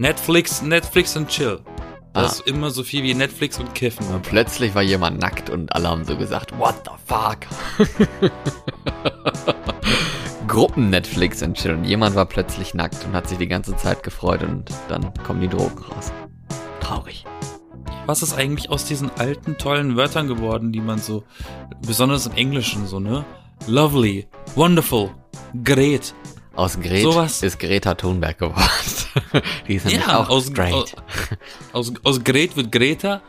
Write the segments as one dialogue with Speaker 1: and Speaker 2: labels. Speaker 1: Netflix, Netflix und Chill. Das ist immer so viel wie Netflix und Kiffen.
Speaker 2: Und Ne, plötzlich war jemand nackt und alle haben so gesagt, what the fuck? Gruppen-Netflix und chill. Und jemand war plötzlich nackt und hat sich die ganze Zeit gefreut und dann kommen die Drogen raus. Traurig.
Speaker 1: Was ist eigentlich aus diesen alten, tollen Wörtern geworden, die man so, besonders im Englischen so, ne? Lovely, wonderful, great.
Speaker 2: Aus Gret
Speaker 1: Sowas-
Speaker 2: ist Greta Thunberg geworden. die ist nämlich auch
Speaker 1: aus,
Speaker 2: straight.
Speaker 1: aus, aus, aus Gret wird Greta,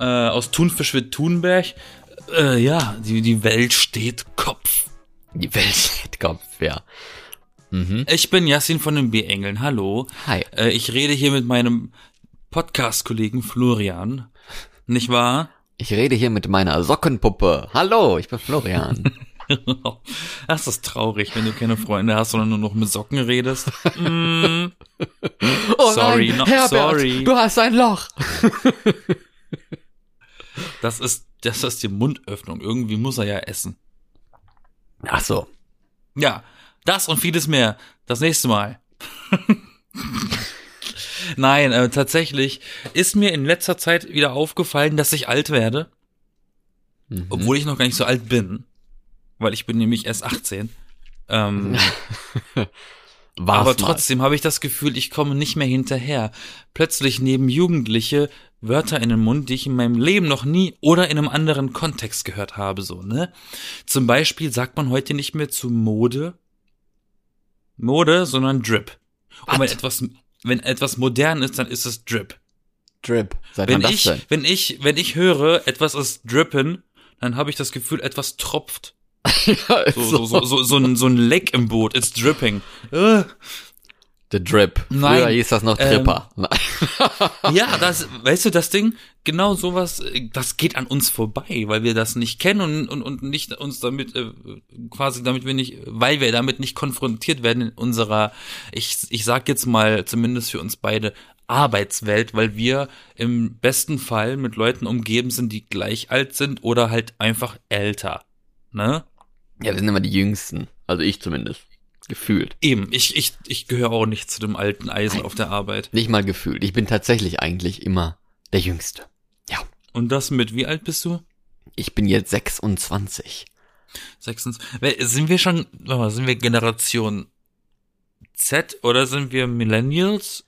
Speaker 1: äh, aus Thunfisch wird Thunberg. Äh, ja, die, die Welt steht Kopf.
Speaker 2: Die Welt steht Kopf, ja. Mhm.
Speaker 1: Ich bin Yassin von den B-Engeln, hallo.
Speaker 2: Hi.
Speaker 1: Äh, ich rede hier mit meinem Podcast-Kollegen Florian. Nicht wahr?
Speaker 2: Ich rede hier mit meiner Sockenpuppe. Hallo, ich bin Florian.
Speaker 1: Das ist traurig, wenn du keine Freunde hast, sondern nur noch mit Socken redest. Mm.
Speaker 2: Oh
Speaker 1: Sorry, not
Speaker 2: Herbert,
Speaker 1: sorry.
Speaker 2: du hast ein Loch.
Speaker 1: Das ist, das ist die Mundöffnung. Irgendwie muss er ja essen.
Speaker 2: Ach so.
Speaker 1: Ja, das und vieles mehr. Das nächste Mal. Nein, äh, tatsächlich ist mir in letzter Zeit wieder aufgefallen, dass ich alt werde,
Speaker 2: Mhm.
Speaker 1: obwohl ich noch gar nicht so alt bin, weil ich bin nämlich erst 18. Ähm,
Speaker 2: War's
Speaker 1: aber
Speaker 2: mal.
Speaker 1: trotzdem habe ich das Gefühl, ich komme nicht mehr hinterher. Plötzlich nehmen Jugendliche Wörter in den Mund, die ich in meinem Leben noch nie oder in einem anderen Kontext gehört habe, so, ne? Zum Beispiel sagt man heute nicht mehr zu Mode, Mode, sondern Drip. Und wenn
Speaker 2: What?
Speaker 1: etwas, wenn etwas modern ist, dann ist es Drip.
Speaker 2: Drip. Seit
Speaker 1: Wenn
Speaker 2: wann
Speaker 1: ich,
Speaker 2: das denn?
Speaker 1: wenn ich, wenn ich höre, etwas ist drippen, dann habe ich das Gefühl, etwas tropft.
Speaker 2: Ja,
Speaker 1: So, so, so, so, so, ein, so ein Leck im Boot, it's dripping. Äh. Ugh.
Speaker 2: The Drip.
Speaker 1: Nein,
Speaker 2: Früher hieß das noch
Speaker 1: ähm,
Speaker 2: Tripper.
Speaker 1: Ja, das, weißt du, das Ding, genau sowas, äh, das geht an uns vorbei, weil wir das nicht kennen und, und, und nicht uns damit, äh, quasi damit wir nicht, weil wir damit nicht konfrontiert werden in unserer, ich, ich sag jetzt mal, zumindest für uns beide, Arbeitswelt, weil wir im besten Fall mit Leuten umgeben sind, die gleich alt sind oder halt einfach älter. Ne?
Speaker 2: ja, wir sind immer die Jüngsten. Also ich zumindest. Gefühlt.
Speaker 1: Eben, ich, ich, ich gehöre auch nicht zu dem alten Eisen auf der Arbeit.
Speaker 2: Nicht mal gefühlt. Ich bin tatsächlich eigentlich immer der Jüngste.
Speaker 1: Und das mit, wie alt bist du?
Speaker 2: Ich bin jetzt 26.
Speaker 1: 26. Wel- Sind wir schon, warte mal, sind wir Generation Z oder sind wir Millennials?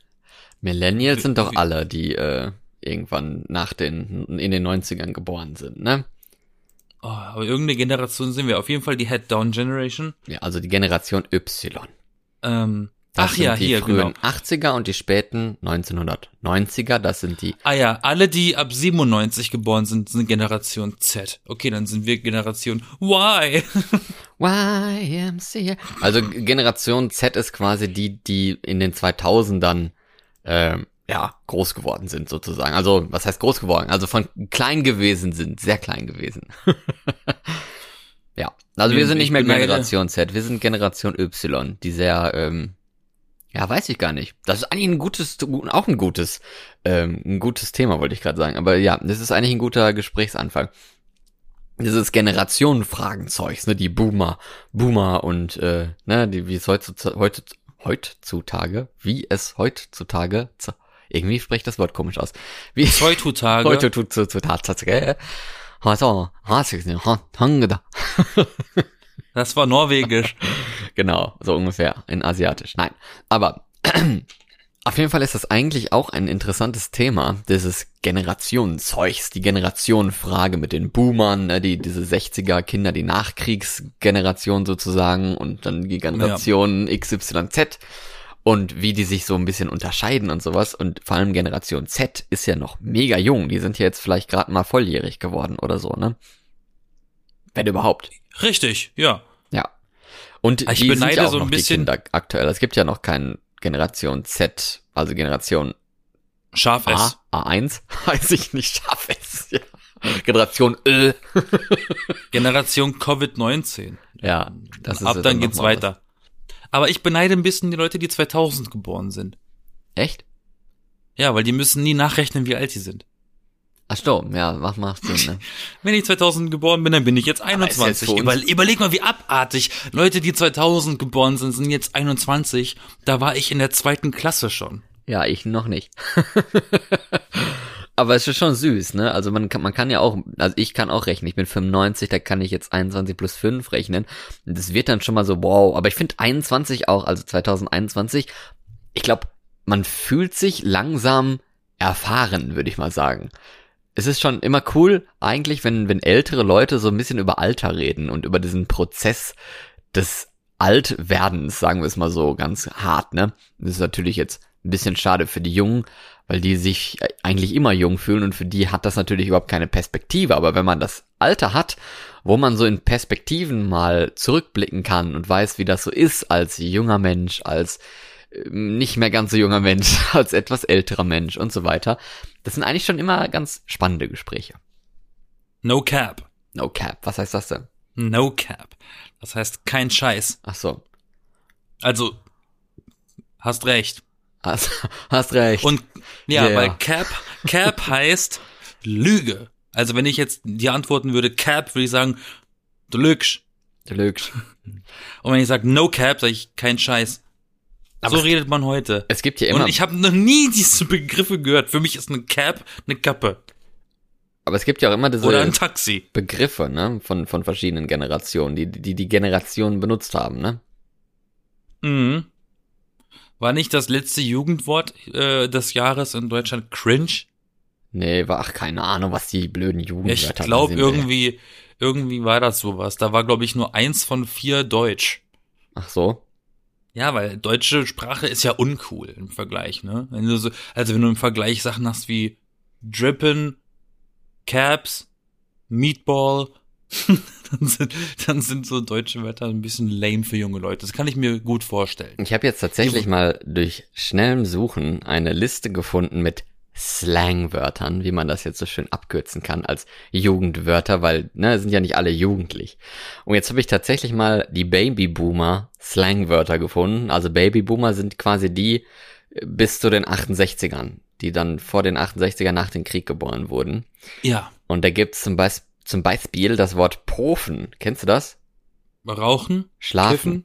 Speaker 2: Millennials sind doch
Speaker 1: Wie-
Speaker 2: alle, die äh, irgendwann nach den, in den 90ern geboren sind, ne?
Speaker 1: Oh, aber irgendeine Generation sind wir. Auf jeden Fall die Head-Down-Generation.
Speaker 2: Ja, also die Generation Y.
Speaker 1: Ähm,
Speaker 2: Das
Speaker 1: ach
Speaker 2: sind
Speaker 1: ja,
Speaker 2: die
Speaker 1: hier, genau.
Speaker 2: frühen 80er und die späten 1990er, das sind die
Speaker 1: Ah ja, alle, die ab 97 geboren sind, sind Generation Z. Okay, dann sind wir Generation Y.
Speaker 2: YMCA. Also G- Generation Z ist quasi die, die in den 2000ern ähm, ja, groß geworden sind sozusagen. Also, was heißt groß geworden? Also von klein gewesen sind, sehr klein gewesen. ja, also wir
Speaker 1: Ich
Speaker 2: sind nicht mehr
Speaker 1: beneide-
Speaker 2: Generation Z, wir sind Generation Y, die sehr, ähm, ja, weiß ich gar nicht. Das ist eigentlich ein gutes, auch ein gutes, ähm, ein gutes Thema, wollte ich gerade sagen. Aber ja, das ist eigentlich ein guter Gesprächsanfang. Dieses Generationenfragenzeugs, ne, die Boomer, Boomer und, äh, ne, die, wie es heutzutage, heutzut- heutzutage, wie es heutzutage, z- irgendwie spricht das Wort komisch aus. Wie es
Speaker 1: Heutzutage.
Speaker 2: heute tut zu zu tatsächlich. Also, hast du gesehen? Ha- Hangeda.
Speaker 1: Das war norwegisch.
Speaker 2: Genau, so ungefähr in asiatisch. Nein, aber auf jeden Fall ist das eigentlich auch ein interessantes Thema, dieses Generationenzeugs, die Generationenfrage mit den Boomern, ne, die diese 60er Kinder, die Nachkriegsgeneration sozusagen und dann die Generation XYZ und wie die sich so ein bisschen unterscheiden und sowas und vor allem Generation Z ist ja noch mega jung, die sind ja jetzt vielleicht gerade mal volljährig geworden oder so, ne? Wenn überhaupt.
Speaker 1: Richtig, ja.
Speaker 2: Ja. Und
Speaker 1: Ah, Ich
Speaker 2: die sind
Speaker 1: beneide
Speaker 2: ja auch
Speaker 1: so ein
Speaker 2: noch
Speaker 1: bisschen-
Speaker 2: die Kinder aktuell. Es gibt ja noch keinen Generation Z, also Generation
Speaker 1: Scharf
Speaker 2: A,
Speaker 1: S.
Speaker 2: A1, weiß ich nicht, schaffe es. Ja. Generation Ö.
Speaker 1: Generation Covid-19.
Speaker 2: Ja, das ist
Speaker 1: Ab
Speaker 2: ja
Speaker 1: dann
Speaker 2: noch
Speaker 1: geht's
Speaker 2: mal
Speaker 1: weiter. Aber ich beneide ein bisschen die Leute, die 2000 geboren sind.
Speaker 2: Was. Echt?
Speaker 1: Ja, weil die müssen nie nachrechnen, wie alt sie sind.
Speaker 2: Ach so, ja, macht, macht Sinn, ne?
Speaker 1: Wenn ich 2000 geboren bin, dann bin ich jetzt
Speaker 2: ist jetzt
Speaker 1: 21.
Speaker 2: für uns-
Speaker 1: Überle überleg mal, wie abartig. Leute, die 2000 geboren sind, sind jetzt 21. Da war ich in der zweiten Klasse schon.
Speaker 2: Ja, ich noch nicht. Aber es ist schon süß, ne? Also man kann, man kann ja auch, also ich kann auch rechnen. Ich bin 95, da kann ich jetzt 21 plus 5 rechnen. Und Das wird dann schon mal so, wow. Aber ich finde 21 auch, also 2021, ich glaube, man fühlt sich langsam erfahren, würde ich mal sagen. Es ist schon immer cool, eigentlich, wenn, wenn ältere Leute so ein bisschen über Alter reden und über diesen Prozess des Altwerdens, sagen wir es mal so ganz hart, ne? Das ist natürlich jetzt ein bisschen schade für die Jungen, weil die sich äh, eigentlich immer jung fühlen und für die hat das natürlich überhaupt keine Perspektive. Aber wenn man das Alter hat, wo man so in Perspektiven mal zurückblicken kann und weiß, wie das so ist als junger Mensch, als ähm, nicht mehr ganz so junger Mensch, als etwas älterer Mensch und so weiter, das sind eigentlich schon immer ganz spannende Gespräche.
Speaker 1: No cap.
Speaker 2: No cap, was heißt das denn?
Speaker 1: No cap. Das heißt kein Scheiß.
Speaker 2: Ach so,
Speaker 1: Also, hast recht.
Speaker 2: hast, hast recht.
Speaker 1: Und ja,
Speaker 2: Ja, ja.
Speaker 1: weil Cap, Cap heißt Lüge. Also wenn ich jetzt dir antworten würde, Cap, würde ich sagen, du lügst.
Speaker 2: du lügst.
Speaker 1: Und wenn ich sage No Cap, sage ich kein Scheiß.
Speaker 2: Aber
Speaker 1: so redet man heute.
Speaker 2: Es gibt ja immer
Speaker 1: Und ich habe noch nie diese Begriffe gehört. Für mich ist eine Cap eine Kappe
Speaker 2: Aber es gibt Also ja auch immer diese
Speaker 1: oder ein Taxi.
Speaker 2: Begriffe, ne, von, von verschiedenen Generationen, die, die die Generationen benutzt haben, ne?
Speaker 1: Mhm. War nicht das letzte Jugendwort äh, des Jahres in Deutschland cringe?
Speaker 2: Nee, war, ach, keine Ahnung, was die blöden
Speaker 1: Ich
Speaker 2: Jugendwörter
Speaker 1: glaube
Speaker 2: sind, ey.
Speaker 1: irgendwie, irgendwie war das sowas. Da war glaube ich nur eins von vier Deutsch.
Speaker 2: Ach so.
Speaker 1: Ja, weil deutsche Sprache ist ja uncool im Vergleich, ne? Wenn du so, also wenn du im Vergleich Sachen hast wie Drippin, Caps, Meatball, dann sind, dann sind so deutsche Wörter ein bisschen lame für junge Leute. Das kann ich mir gut vorstellen.
Speaker 2: Ich habe jetzt tatsächlich mal durch schnellem Suchen eine Liste gefunden mit Slangwörtern, wie man das jetzt so schön abkürzen kann als Jugendwörter, weil ne, es sind ja nicht alle jugendlich. Und jetzt habe ich tatsächlich mal die Babyboomer Slangwörter gefunden. Also Babyboomer sind quasi die äh, bis zu den 68ern, die dann vor den 68ern nach dem Krieg geboren wurden.
Speaker 1: Ja,
Speaker 2: Und da gibt's zum, Beis zum Beispiel das Wort Pofen. Kennst du das?
Speaker 1: rauchen,
Speaker 2: Schlafen.
Speaker 1: kiffen,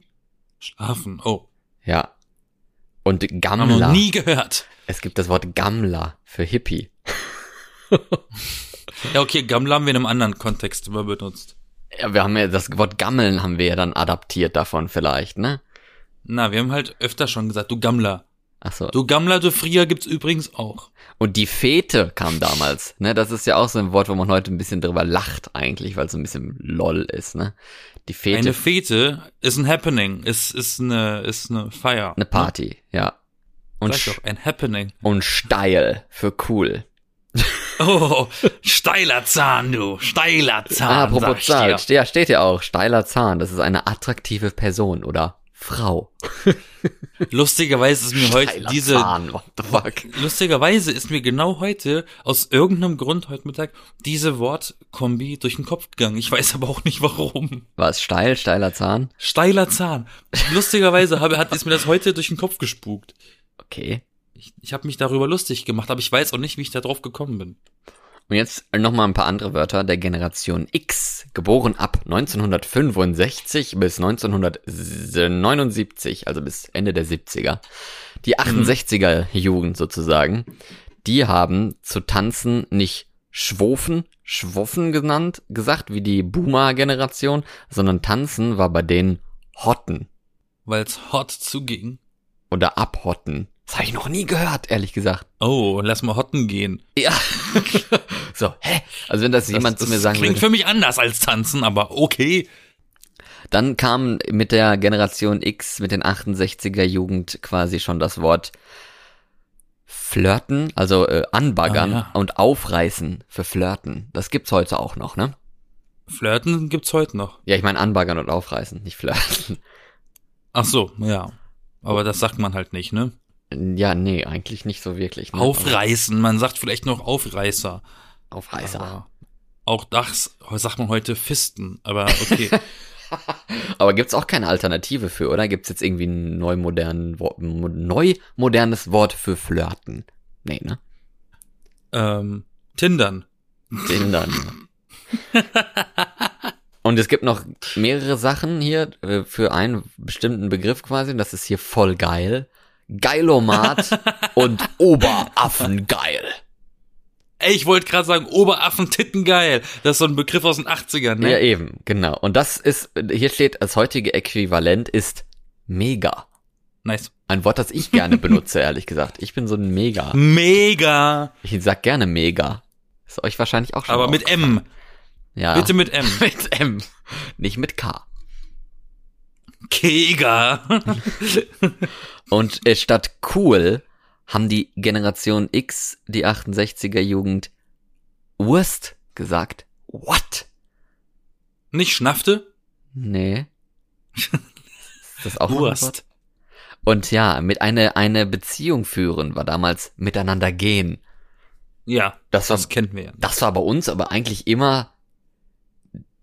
Speaker 1: schlafen. Oh,
Speaker 2: Ja. Und
Speaker 1: haben wir
Speaker 2: Gammler.
Speaker 1: noch nie gehört.
Speaker 2: Es gibt das Wort Gammler für Hippie.
Speaker 1: Ja, okay, Gammler haben wir in einem anderen Kontext immer benutzt.
Speaker 2: Ja, wir haben ja das Wort Gammeln haben wir ja dann adaptiert davon vielleicht, ne?
Speaker 1: Na, wir haben halt öfter schon gesagt, du Gammler.
Speaker 2: Ach so.
Speaker 1: Du Gammler, du Frier gibt's übrigens auch.
Speaker 2: Und die Fete kam damals, ne? Das ist ja auch so ein Wort, wo man heute ein bisschen drüber lacht eigentlich, weil es so ein bisschen lol ist, ne? Die Fete,
Speaker 1: Eine
Speaker 2: eine,
Speaker 1: Fete ist ein Happening, ne, ist, ist eine, ist eine Feier.
Speaker 2: Party, ja. Ne Und,
Speaker 1: Sag
Speaker 2: sch-
Speaker 1: doch, ein Happening.
Speaker 2: und steil für cool.
Speaker 1: Oh, steiler Zahn, du. Steiler Zahn.
Speaker 2: ah,
Speaker 1: sag
Speaker 2: apropos
Speaker 1: ich
Speaker 2: Zahn,
Speaker 1: dir.
Speaker 2: ste- ja, steht ja auch, steiler Zahn, das ist eine attraktive Person oder Frau.
Speaker 1: Lustigerweise ist mir heute
Speaker 2: Steiler
Speaker 1: diese,
Speaker 2: Zahn, what the fuck?
Speaker 1: lustigerweise ist mir genau heute, aus irgendeinem Grund heute Mittag, diese Wortkombi durch den Kopf gegangen. Ich weiß aber auch nicht warum.
Speaker 2: Was, steil, steiler Zahn?
Speaker 1: Steiler Zahn. Lustigerweise habe, hat, ist mir das heute durch den Kopf gespukt.
Speaker 2: Okay.
Speaker 1: Ich, ich habe mich darüber lustig gemacht, aber ich weiß auch nicht, wie ich da drauf gekommen bin.
Speaker 2: Und jetzt nochmal ein paar andere Wörter der Generation X, geboren ab 1965 bis 1979, also bis Ende der 70er. Die 68er-Jugend sozusagen, die haben zu tanzen nicht schwofen, schwoffen genannt, gesagt, wie die Boomer-Generation, sondern tanzen war bei denen hotten
Speaker 1: Weil's hot zuging.
Speaker 2: oder abhotten. Das habe ich noch nie gehört, ehrlich gesagt.
Speaker 1: Oh, lass mal hotten gehen.
Speaker 2: Ja. so, hä? Also wenn das, jemand
Speaker 1: das,
Speaker 2: zu mir
Speaker 1: das
Speaker 2: sagen
Speaker 1: klingt
Speaker 2: würde.
Speaker 1: für mich anders als tanzen, aber okay.
Speaker 2: Dann kam mit der Generation X, mit den 68er Jugend quasi schon das Wort flirten, also äh, anbaggern
Speaker 1: Ah, ja.
Speaker 2: und aufreißen für flirten. Das gibt's heute auch noch, ne?
Speaker 1: Flirten gibt's heute noch.
Speaker 2: Ja, ich meine anbaggern und aufreißen, nicht flirten.
Speaker 1: Ach so, ja. Aber das sagt man halt nicht, ne?
Speaker 2: Ja, nee, eigentlich nicht so wirklich. Ne?
Speaker 1: Aufreißen, man sagt vielleicht noch Aufreißer.
Speaker 2: Aber Aufreißer.
Speaker 1: Aber Auch das sagt man heute Fisten, aber okay.
Speaker 2: Aber gibt's auch keine Alternative für, oder? Gibt's jetzt irgendwie ein neu, modernen, Wo- mo- neu modernes Wort für flirten? Nee, ne?
Speaker 1: ähm, Tindern.
Speaker 2: Tindern. Und es gibt noch mehrere Sachen hier äh, für einen bestimmten Begriff quasi. Und das ist hier voll geil. Geilomat und Oberaffengeil.
Speaker 1: Ey, ich wollte gerade sagen, Oberaffen titten geil. Das ist so ein Begriff aus den 80ern, ne?
Speaker 2: Ja, eben, genau. Und das ist, hier steht, als heutige Äquivalent ist mega.
Speaker 1: Nice.
Speaker 2: Ein Wort, das ich gerne benutze, ehrlich gesagt. Ich bin so ein Mega.
Speaker 1: Mega.
Speaker 2: Ich sag gerne Mega. Ist euch wahrscheinlich auch schon.
Speaker 1: Aber mit M.
Speaker 2: aufgefallen. ja.
Speaker 1: Bitte mit M.
Speaker 2: mit M. Nicht mit K.
Speaker 1: Kega.
Speaker 2: Und äh, statt cool haben die Generation X, die 68er Jugend, Wurst gesagt. What?
Speaker 1: Nicht Schnafte?
Speaker 2: Nee. Ist das auch noch ein Wort?
Speaker 1: Wurst.
Speaker 2: Und ja, mit eine, eine Beziehung führen war damals miteinander gehen.
Speaker 1: Ja,
Speaker 2: Das war,
Speaker 1: das kennen wir ja.
Speaker 2: das war bei uns aber eigentlich immer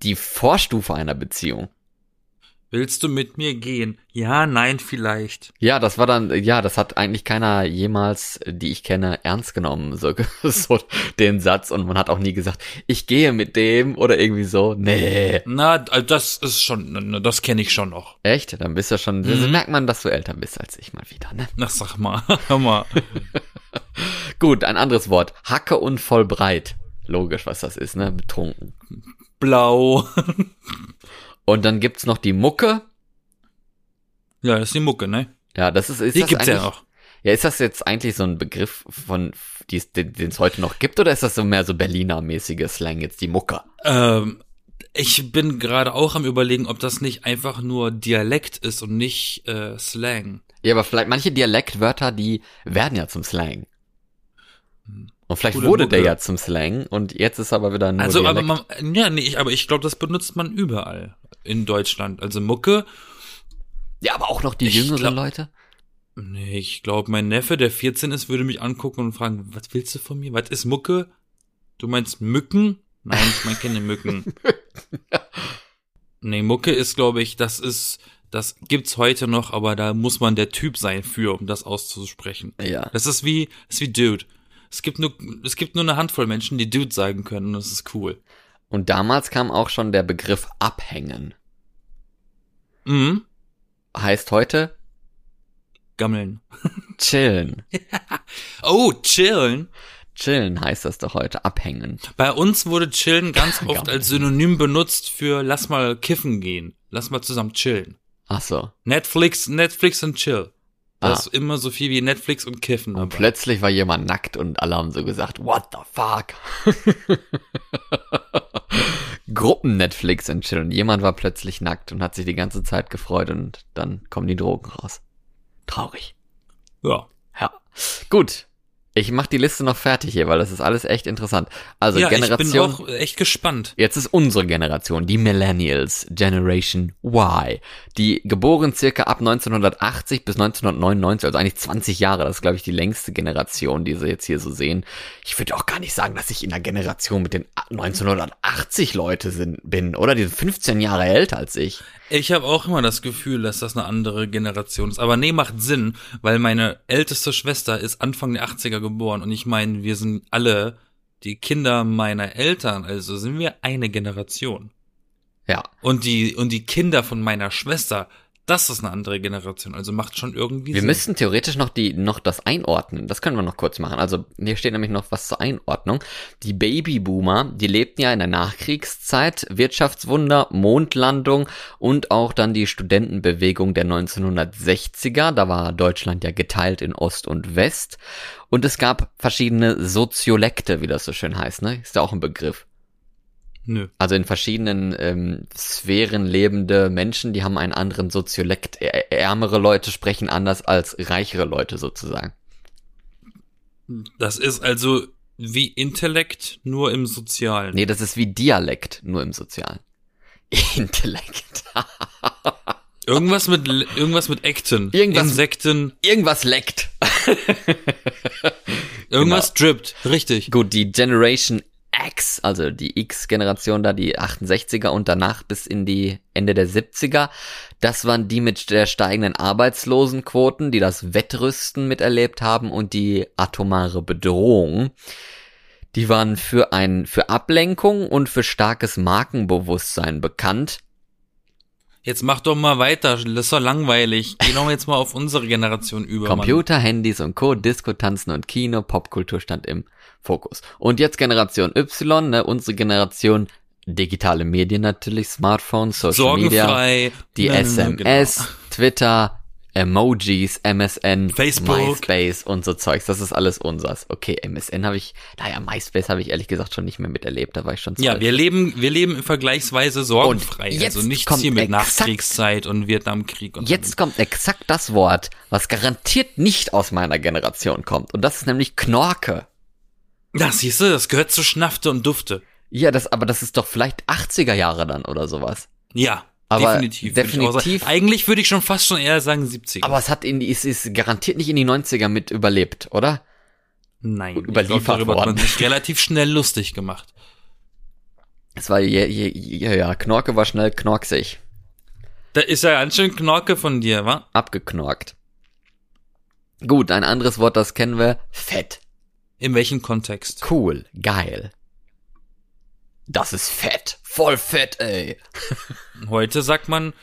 Speaker 2: die Vorstufe einer Beziehung.
Speaker 1: Willst du mit mir gehen? Ja, nein, vielleicht.
Speaker 2: Ja, das war dann, ja, das hat eigentlich keiner jemals, äh, die ich kenne, ernst genommen, so, so den Satz. Und man hat auch nie gesagt, ich gehe mit dem oder irgendwie so. Nee.
Speaker 1: Na, äh, das ist schon, ne, das kenne ich schon noch.
Speaker 2: Echt? Dann bist du schon,
Speaker 1: Mhm.
Speaker 2: merkt man, dass du älter bist als ich mal wieder, ne?
Speaker 1: Na, sag mal, hör mal.
Speaker 2: Gut, ein anderes Wort. Hacke und vollbreit. Logisch, was das ist, ne? Betrunken.
Speaker 1: Blau.
Speaker 2: Und dann gibt's noch die Mucke.
Speaker 1: Ja, das ist die Mucke, ne?
Speaker 2: Ja, das ist, ist
Speaker 1: die
Speaker 2: das
Speaker 1: gibt's ja
Speaker 2: eigentlich-
Speaker 1: noch.
Speaker 2: Ja, ist das jetzt eigentlich so ein Begriff von, die's- den den es heute noch gibt, oder ist das so mehr so Berliner-mäßiges Slang jetzt die Mucke?
Speaker 1: Ähm, ich bin gerade auch am überlegen, ob das nicht einfach nur Dialekt ist und nicht äh, Slang.
Speaker 2: Ja, aber vielleicht manche Dialektwörter, die werden ja zum Slang. Und vielleicht
Speaker 1: Oder
Speaker 2: wurde der
Speaker 1: Mucke.
Speaker 2: ja zum Slang und jetzt ist aber wieder nur
Speaker 1: Also, aber
Speaker 2: Dialekt.
Speaker 1: man, ja, nee, ich, aber ich glaube, das benutzt man überall in Deutschland. Also Mucke,
Speaker 2: ja, aber auch noch die
Speaker 1: Ich
Speaker 2: jüngeren
Speaker 1: glaub-
Speaker 2: Leute.
Speaker 1: nee, ich glaube, mein Neffe, der 14 ist, würde mich angucken und fragen, was willst du von mir? Was ist Mucke? Du meinst Mücken? Nein, ich meine keine Mücken. nee, Mucke ist, glaube ich, das ist, das gibt's heute noch, aber da muss man der Typ sein für, um das auszusprechen.
Speaker 2: Ja.
Speaker 1: Das ist wie, das ist wie Dude. Es gibt nur, es gibt nur eine Handvoll Menschen, die Dude sagen können und das ist cool.
Speaker 2: Und damals kam auch schon der Begriff abhängen.
Speaker 1: Mhm.
Speaker 2: Heißt heute
Speaker 1: Gammeln.
Speaker 2: chillen.
Speaker 1: Oh, chillen.
Speaker 2: Chillen heißt das doch heute, abhängen.
Speaker 1: Bei uns wurde chillen ganz oft
Speaker 2: Gammeln.
Speaker 1: als Synonym benutzt für lass mal kiffen gehen. Lass mal zusammen chillen.
Speaker 2: Ach so.
Speaker 1: Netflix, Netflix und chill. Das
Speaker 2: Ah.
Speaker 1: ist immer so viel wie Netflix und kiffen.
Speaker 2: Und
Speaker 1: dabei.
Speaker 2: plötzlich war jemand nackt und alle haben so gesagt, what the fuck? Gruppen-Netflix und chill. Und jemand war plötzlich nackt und hat sich die ganze Zeit gefreut und dann kommen die Drogen raus. Traurig.
Speaker 1: Ja.
Speaker 2: Ja. Gut. Ich mach die Liste noch fertig hier, weil das ist alles echt interessant. Also
Speaker 1: ja, ich bin
Speaker 2: Generation.
Speaker 1: auch echt gespannt.
Speaker 2: Jetzt ist unsere Generation, die Millennials, Generation Y, die geboren circa ab 1980 bis 1999, also eigentlich 20 Jahre, das ist glaube ich die längste Generation, die sie jetzt hier so sehen. Ich würde auch gar nicht sagen, dass ich in der Generation mit den 1980 Leute sind, bin, oder? Die sind 15 Jahre älter als ich.
Speaker 1: Ich habe auch immer das Gefühl, dass das eine andere Generation ist. Aber nee, macht Sinn, weil meine älteste Schwester ist Anfang der 80er geboren. Und ich meine, wir sind alle die Kinder meiner Eltern. Also sind wir eine Generation.
Speaker 2: Ja.
Speaker 1: Und die, und die Kinder von meiner Schwester, das ist eine andere Generation. Also macht schon irgendwie
Speaker 2: Wir
Speaker 1: Sinn.
Speaker 2: müssten theoretisch noch die noch das einordnen. Das können wir noch kurz machen. Also hier steht nämlich noch was zur Einordnung. Die Babyboomer, die lebten ja in der Nachkriegszeit, Wirtschaftswunder, Mondlandung und auch dann die Studentenbewegung der 1960er. Da war Deutschland ja geteilt in Ost und West und es gab verschiedene Soziolekte, wie das so schön heißt. Ne, ist ja auch ein Begriff.
Speaker 1: Nö.
Speaker 2: Also in verschiedenen ähm, Sphären lebende Menschen, die haben einen anderen Soziolekt. Ä- Ärmere Leute sprechen anders als reichere Leute sozusagen.
Speaker 1: Das ist also wie Intellekt, nur im Sozialen.
Speaker 2: Nee, das ist wie Dialekt, nur im Sozialen. Intellekt.
Speaker 1: Irgendwas mit, Le- irgendwas mit Acten.
Speaker 2: Irgendwas-
Speaker 1: Insekten.
Speaker 2: Irgendwas leckt.
Speaker 1: Irgendwas
Speaker 2: Genau.
Speaker 1: drippt. Richtig.
Speaker 2: Gut, die Generation X, also die X-Generation da, die 68er und danach bis in die Ende der 70er, das waren die mit der steigenden Arbeitslosenquoten, die das Wettrüsten miterlebt haben und die atomare Bedrohung. Die waren für ein, für Ablenkung und für starkes Markenbewusstsein bekannt.
Speaker 1: Jetzt mach doch mal weiter, das ist doch langweilig. Geh doch jetzt mal auf unsere Generation über. Mann.
Speaker 2: Computer, Handys und Co., Disco, Tanzen und Kino, Popkultur stand im Fokus. Und jetzt Generation Y, ne, unsere Generation, digitale Medien natürlich, Smartphones, Social Media,
Speaker 1: Sorgenfrei.
Speaker 2: die
Speaker 1: Ja, genau.
Speaker 2: SMS, Twitter, Emojis, MSN,
Speaker 1: Facebook.
Speaker 2: MySpace und so Zeugs. Das ist alles unsers. Okay, MSN habe ich, naja, MySpace habe ich ehrlich gesagt schon nicht mehr miterlebt, da war ich schon
Speaker 1: genau. Ja,
Speaker 2: zwölf.
Speaker 1: wir leben, wir leben vergleichsweise sorgenfrei.
Speaker 2: Und jetzt
Speaker 1: also nichts
Speaker 2: kommt
Speaker 1: hier mit
Speaker 2: exakt-
Speaker 1: Nachkriegszeit und Vietnamkrieg und
Speaker 2: Jetzt kommt exakt das Wort, was garantiert nicht aus meiner Generation kommt. Und das ist nämlich Knorke.
Speaker 1: Das siehst du, das gehört zu Schnafte und Dufte.
Speaker 2: Ja, das, aber das ist doch vielleicht 80er Jahre dann oder sowas.
Speaker 1: Ja,
Speaker 2: Aber
Speaker 1: definitiv. würd ich auch
Speaker 2: definitiv-
Speaker 1: sagen. Eigentlich würde ich schon fast schon eher sagen 70.
Speaker 2: Aber es hat in die, es ist garantiert nicht in die 90er mit überlebt, oder?
Speaker 1: Nein, ich
Speaker 2: überliefert
Speaker 1: glaub, darüber hat man
Speaker 2: worden.
Speaker 1: sich relativ schnell lustig gemacht.
Speaker 2: Es war, ja, ja, ja, ja, Knorke war schnell knorksig.
Speaker 1: Da ist ja ganz schön Knorke von dir, wa?
Speaker 2: Abgeknorkt. Gut, ein anderes Wort, das kennen wir. Fett.
Speaker 1: In welchem Kontext?
Speaker 2: Cool. Geil. Das ist fett. Voll fett, ey.
Speaker 1: Heute sagt man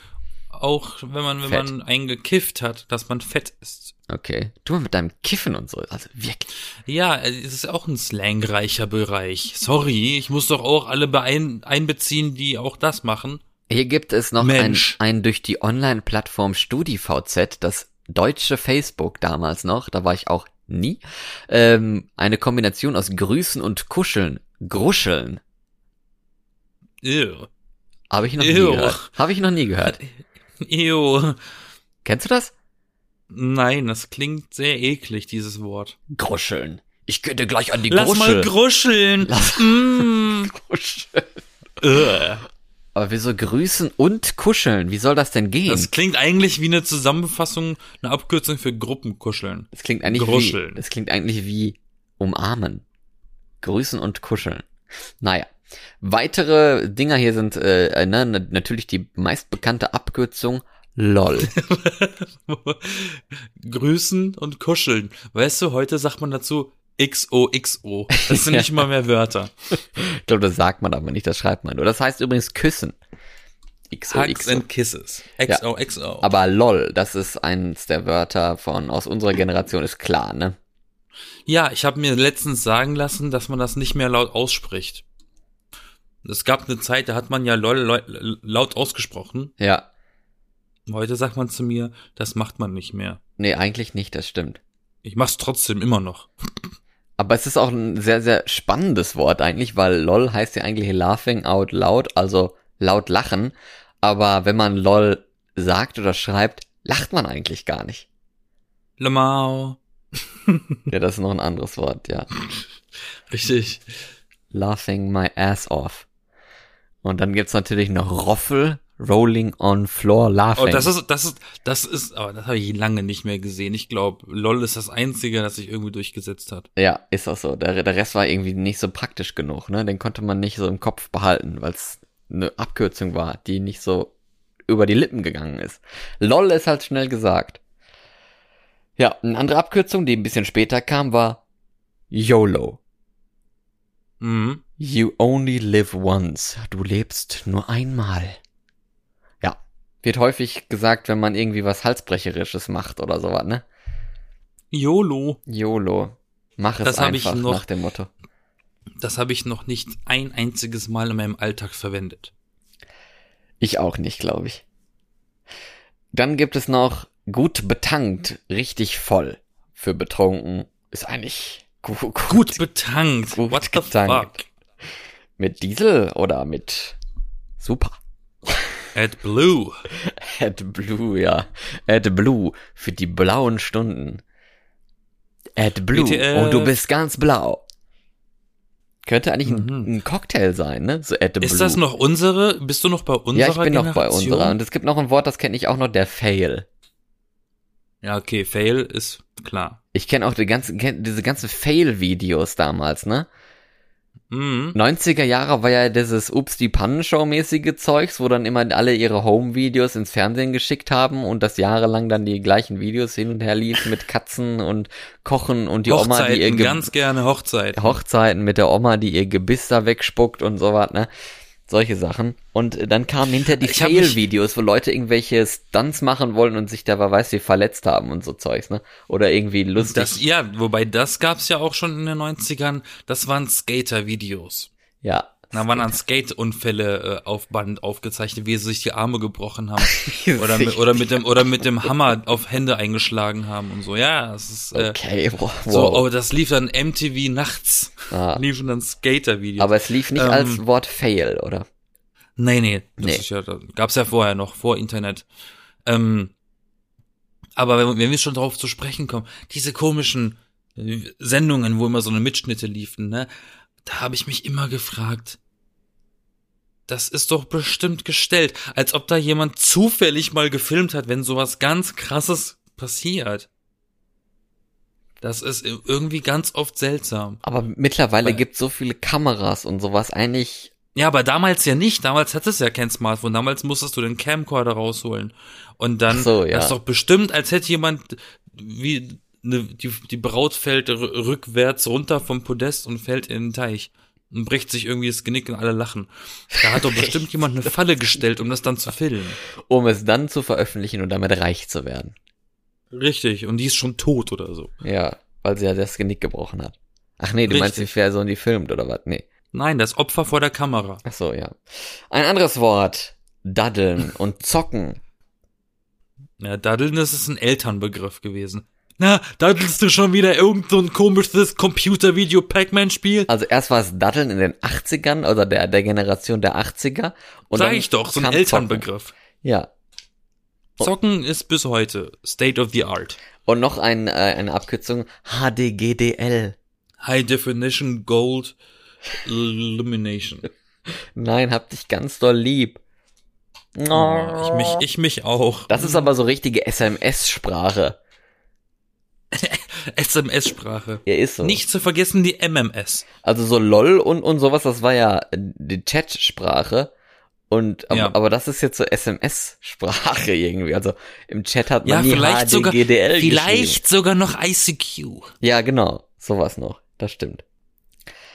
Speaker 1: auch, wenn man, wenn
Speaker 2: Fett.
Speaker 1: man einen gekifft hat, dass man fett ist.
Speaker 2: Okay. Du mal mit deinem Kiffen und so. Also wirklich.
Speaker 1: Ja, es ist auch ein slangreicher Bereich. Sorry, ich muss doch auch alle beein einbeziehen, die auch das machen.
Speaker 2: Hier gibt es noch ein,
Speaker 1: Mensch.
Speaker 2: ein durch die Online-Plattform StudiVZ, das deutsche Facebook damals noch, da war ich auch nie, ähm, eine Kombination aus Grüßen und Kuscheln, Gruscheln.
Speaker 1: Ew.
Speaker 2: Habe ich noch nie
Speaker 1: Ew.
Speaker 2: gehört. Habe ich noch nie gehört.
Speaker 1: Ew.
Speaker 2: Kennst du das?
Speaker 1: Nein, das klingt sehr eklig, dieses Wort.
Speaker 2: Gruscheln. Ich könnte gleich an die
Speaker 1: Lass mal
Speaker 2: Gruschel.
Speaker 1: gruscheln.
Speaker 2: Lass-
Speaker 1: Mm.
Speaker 2: Gruscheln.
Speaker 1: Äh.
Speaker 2: Aber wieso grüßen und kuscheln? Wie soll das denn gehen?
Speaker 1: Das klingt eigentlich wie eine Zusammenfassung, eine Abkürzung für Gruppenkuscheln.
Speaker 2: Das klingt eigentlich
Speaker 1: Gruscheln.
Speaker 2: wie, das klingt eigentlich wie umarmen. Grüßen und kuscheln. Naja. Weitere Dinger hier sind äh, äh, ne, na- natürlich die meistbekannte Abkürzung LOL.
Speaker 1: Grüßen und kuscheln. Weißt du, heute sagt man dazu XOXO. Das sind nicht mal mehr Wörter.
Speaker 2: ich glaube, das sagt man aber nicht, das schreibt man nur. Das heißt übrigens küssen.
Speaker 1: Hugs
Speaker 2: XOXO.
Speaker 1: and Kisses.
Speaker 2: Ja.
Speaker 1: XOXO.
Speaker 2: Aber LOL, das ist eins der Wörter von aus unserer Generation, ist klar, ne?
Speaker 1: Ja, ich habe mir letztens sagen lassen, dass man das nicht mehr laut ausspricht. Es gab eine Zeit, da hat man ja lol, lol, laut ausgesprochen.
Speaker 2: Ja.
Speaker 1: Heute sagt man zu mir, das macht man nicht mehr.
Speaker 2: Nee, eigentlich nicht, das stimmt.
Speaker 1: Ich mach's trotzdem immer noch.
Speaker 2: Aber es ist auch ein sehr, sehr spannendes Wort eigentlich, weil LOL heißt ja eigentlich laughing out loud, also laut lachen. Aber wenn man LOL sagt oder schreibt, lacht man eigentlich gar nicht.
Speaker 1: Lamau.
Speaker 2: Ja, das ist noch ein anderes Wort, ja.
Speaker 1: Richtig.
Speaker 2: Laughing my ass off. Und dann gibt's natürlich noch Roffel, rolling on floor, laughing.
Speaker 1: Oh, das ist, das ist, das ist, aber das habe ich lange nicht mehr gesehen. Ich glaube, LOL ist das Einzige, das sich irgendwie durchgesetzt hat.
Speaker 2: ja, ist auch so. Der, der Rest war irgendwie nicht so praktisch genug, ne? Den konnte man nicht so im Kopf behalten, weil es eine Abkürzung war, die nicht so über die Lippen gegangen ist. LOL ist halt schnell gesagt. Ja, eine andere Abkürzung, die ein bisschen später kam, war YOLO.
Speaker 1: Mhm.
Speaker 2: You only live once. Du lebst nur einmal. Ja, wird häufig gesagt, wenn man irgendwie was Halsbrecherisches macht oder sowas, ne?
Speaker 1: YOLO.
Speaker 2: YOLO. Mach es
Speaker 1: Das hab ich
Speaker 2: einfach
Speaker 1: noch-
Speaker 2: nach dem Motto.
Speaker 1: Das habe ich noch nicht ein einziges Mal in meinem Alltag verwendet.
Speaker 2: Ich auch nicht, glaube ich. Dann gibt es noch gut betankt, richtig voll. Für betrunken ist eigentlich gu gut,
Speaker 1: Gut betankt.
Speaker 2: Gut
Speaker 1: What
Speaker 2: getankt.
Speaker 1: the fuck?
Speaker 2: mit Diesel oder mit Super.
Speaker 1: At Blue.
Speaker 2: AdBlue, ja. AdBlue für die blauen Stunden. AdBlue.
Speaker 1: BTF.
Speaker 2: Oh, du bist ganz blau. Könnte eigentlich
Speaker 1: Mhm.
Speaker 2: ein, ein Cocktail sein, ne? So AdBlue.
Speaker 1: Ist das noch unsere? Bist du noch bei unserer
Speaker 2: Ja, ich bin noch bei
Speaker 1: Generation?
Speaker 2: unserer. Und es gibt noch ein Wort, das kenne ich auch noch, der Fail.
Speaker 1: Ja, okay, Fail ist klar.
Speaker 2: Ich kenne auch die ganzen, kenn diese ganzen Fail-Videos damals, ne?
Speaker 1: Mhm.
Speaker 2: 90er Jahre war ja dieses Ups, die Pannenshow-mäßige Zeugs, wo dann immer alle ihre Home-Videos ins Fernsehen geschickt haben und das jahrelang dann die gleichen Videos hin und her lief mit Katzen und Kochen und die Oma, die ihr
Speaker 1: Hochzeiten,
Speaker 2: Ge-
Speaker 1: ganz gerne Hochzeiten.
Speaker 2: Hochzeiten mit der Oma, die ihr Gebiss da wegspuckt und so was, ne? solche Sachen. Und äh, dann kamen hinter die
Speaker 1: Ich hab mich-
Speaker 2: Fail-Videos, wo Leute irgendwelche Stunts machen wollen und sich da wer weiß wie verletzt haben und so Zeugs, ne? Oder irgendwie lustig.
Speaker 1: Das, ja, wobei das gab's ja auch schon in den 90ern. Das waren Skater-Videos.
Speaker 2: ja.
Speaker 1: Da waren dann Skate-Unfälle äh, auf Band aufgezeichnet, wie sie sich die Arme gebrochen haben. oder, mit, oder, mit dem, oder mit dem Hammer auf Hände eingeschlagen haben und so. Ja, es ist. Äh,
Speaker 2: Okay, wow.
Speaker 1: So, aber das lief dann MTV nachts.
Speaker 2: Ah.
Speaker 1: Liefen dann Skater-Videos.
Speaker 2: Aber es lief nicht
Speaker 1: Ähm,
Speaker 2: als Wort Fail, oder?
Speaker 1: Nee, nee, das
Speaker 2: Nee.
Speaker 1: Ist ja, das gab's ja vorher noch, vor Internet. Ähm, aber wenn, wenn wir schon drauf zu sprechen kommen, diese komischen äh, Sendungen, wo immer so eine Mitschnitte liefen, ne, da habe ich mich immer gefragt, das ist doch bestimmt gestellt, als ob da jemand zufällig mal gefilmt hat, wenn sowas ganz krasses passiert. Das ist i- irgendwie ganz oft seltsam.
Speaker 2: Aber mittlerweile
Speaker 1: Weil-
Speaker 2: gibt so viele Kameras und sowas. Eigentlich,
Speaker 1: Ja, aber damals ja nicht. Damals hattest du ja kein Smartphone. Damals musstest du den Camcorder rausholen. Und dann,
Speaker 2: Ach so, ja.
Speaker 1: das ist doch bestimmt, als hätte jemand wie ne, die, die Braut fällt r- rückwärts runter vom Podest und fällt in den Teich und bricht sich irgendwie das Genick und alle lachen. Da hat doch bestimmt jemand eine Falle gestellt, um das dann zu filmen.
Speaker 2: um es dann zu veröffentlichen und damit reich zu werden.
Speaker 1: Richtig. Und die ist schon tot oder so.
Speaker 2: Ja, weil sie ja das Genick gebrochen hat. Ach nee, du meinst, wie
Speaker 1: Richtig.
Speaker 2: Person die filmt oder was? Nee.
Speaker 1: Nein, das Opfer vor der Kamera.
Speaker 2: Ach so, ja. Ein anderes Wort. Daddeln und zocken.
Speaker 1: Ja, daddeln ist es ein Elternbegriff gewesen. Na, daddelst du schon wieder irgend so ein komisches Computervideo-Pac-Man-Spiel?
Speaker 2: Also erst war es Daddeln in den 80ern oder der, der Generation der 80er. Und
Speaker 1: Sag
Speaker 2: dann
Speaker 1: ich doch, so ein
Speaker 2: kam
Speaker 1: Elternbegriff.
Speaker 2: Zocken. Ja. Oh.
Speaker 1: Zocken ist bis heute State of the Art.
Speaker 2: Und noch ein, äh, eine Abkürzung. HDGDL.
Speaker 1: High Definition Gold Illumination.
Speaker 2: Nein, hab dich ganz doll lieb.
Speaker 1: Oh, ich mich, ich mich auch.
Speaker 2: das ist aber so richtige SMS-Sprache.
Speaker 1: SMS-Sprache.
Speaker 2: Ja, ist so.
Speaker 1: Nicht zu vergessen die MMS.
Speaker 2: Also so LOL und, und sowas, das war ja äh, die Chat-Sprache. Und, aber,
Speaker 1: Ja.
Speaker 2: aber das ist jetzt so SMS-Sprache irgendwie. Also im Chat hat
Speaker 1: Ja,
Speaker 2: man nie
Speaker 1: vielleicht sogar,
Speaker 2: HDGDL geschrieben.
Speaker 1: vielleicht sogar noch ICQ.
Speaker 2: Ja, genau. Sowas noch. Das stimmt.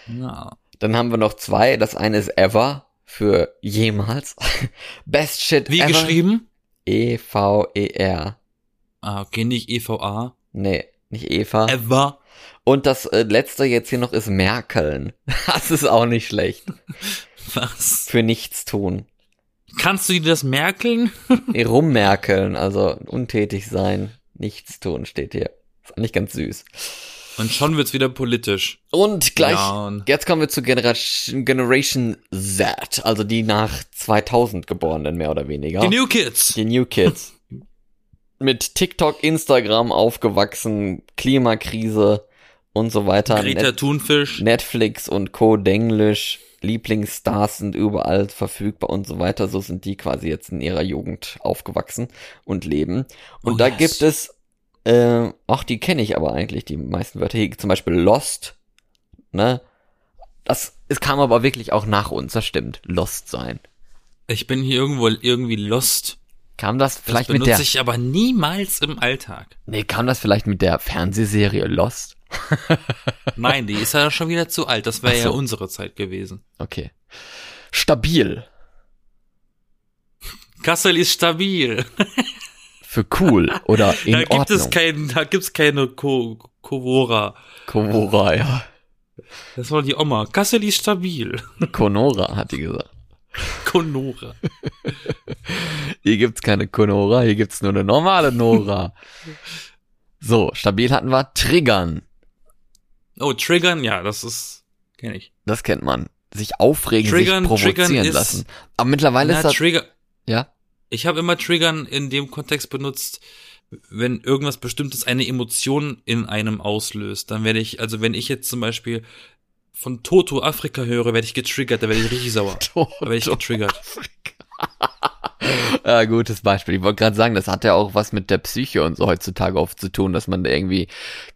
Speaker 1: Ja.
Speaker 2: Dann haben wir noch zwei. Das eine ist ever für jemals. Best shit
Speaker 1: Wie
Speaker 2: ever. E
Speaker 1: geschrieben?
Speaker 2: E-V-E-R.
Speaker 1: Ah, okay, nicht EVA.
Speaker 2: Nee, nicht Eva.
Speaker 1: Ever.
Speaker 2: Und das äh, letzte jetzt hier noch ist Merkeln. Das ist auch nicht schlecht.
Speaker 1: Was?
Speaker 2: Für nichts tun.
Speaker 1: Kannst du dir das merken?
Speaker 2: Nee, rummerkeln, also untätig sein, nichts tun steht hier. Ist eigentlich ganz süß.
Speaker 1: Und schon wird's wieder politisch.
Speaker 2: Und gleich,
Speaker 1: Ja, und-
Speaker 2: jetzt kommen wir zu Generation, Generation Z, also die nach 2000 geborenen mehr oder weniger.
Speaker 1: Die New Kids.
Speaker 2: die New Kids. Mit TikTok, Instagram aufgewachsen, Klimakrise und so weiter.
Speaker 1: Greta
Speaker 2: Net-
Speaker 1: Thunfisch.
Speaker 2: Netflix und Co. Denglisch, Lieblingsstars sind überall verfügbar und so weiter. So sind die quasi jetzt in ihrer Jugend aufgewachsen und leben. Und
Speaker 1: Oh,
Speaker 2: da
Speaker 1: yes.
Speaker 2: gibt es, äh, auch die kenne ich aber eigentlich, die meisten Wörter. Hier zum Beispiel Lost, ne? Das, es kam aber wirklich auch nach uns, das stimmt. Lost sein.
Speaker 1: Ich bin hier irgendwo irgendwie lost.
Speaker 2: Kam das
Speaker 1: Das
Speaker 2: vielleicht mit
Speaker 1: benutze
Speaker 2: der,
Speaker 1: ich aber niemals im Alltag.
Speaker 2: nee, kam das vielleicht mit der Fernsehserie Lost?
Speaker 1: Nein, die ist ja schon wieder zu alt. Das wäre
Speaker 2: Ach so.
Speaker 1: ja unsere Zeit gewesen.
Speaker 2: Okay. Stabil.
Speaker 1: Kassel ist stabil.
Speaker 2: Für cool oder in
Speaker 1: da gibt
Speaker 2: Ordnung.
Speaker 1: es keinen, da gibt's keine Ko Kovora.
Speaker 2: Komora, ja.
Speaker 1: Das war die Oma. Kassel ist stabil.
Speaker 2: Konora hat die gesagt.
Speaker 1: Konora.
Speaker 2: Hier gibt's keine Konora, hier gibt's nur eine normale Nora. so, stabil hatten wir Triggern.
Speaker 1: Oh, triggern, ja, das ist kenne ich.
Speaker 2: Das kennt man. Sich aufregen,
Speaker 1: Triggern-
Speaker 2: sich provozieren
Speaker 1: Triggern ist-
Speaker 2: lassen. Aber mittlerweile
Speaker 1: Na,
Speaker 2: ist das
Speaker 1: trigger.
Speaker 2: ja
Speaker 1: Ich habe immer triggern in dem Kontext benutzt, wenn irgendwas Bestimmtes eine Emotion in einem auslöst. Dann werde ich, also wenn ich jetzt zum Beispiel von Toto Afrika höre, werde ich getriggert, da werde ich richtig sauer.
Speaker 2: tot.
Speaker 1: Da werde ich getriggert.
Speaker 2: Ja, gutes Beispiel. Ich wollte gerade sagen, das hat ja auch was mit der Psyche und so heutzutage oft zu tun, dass man da irgendwie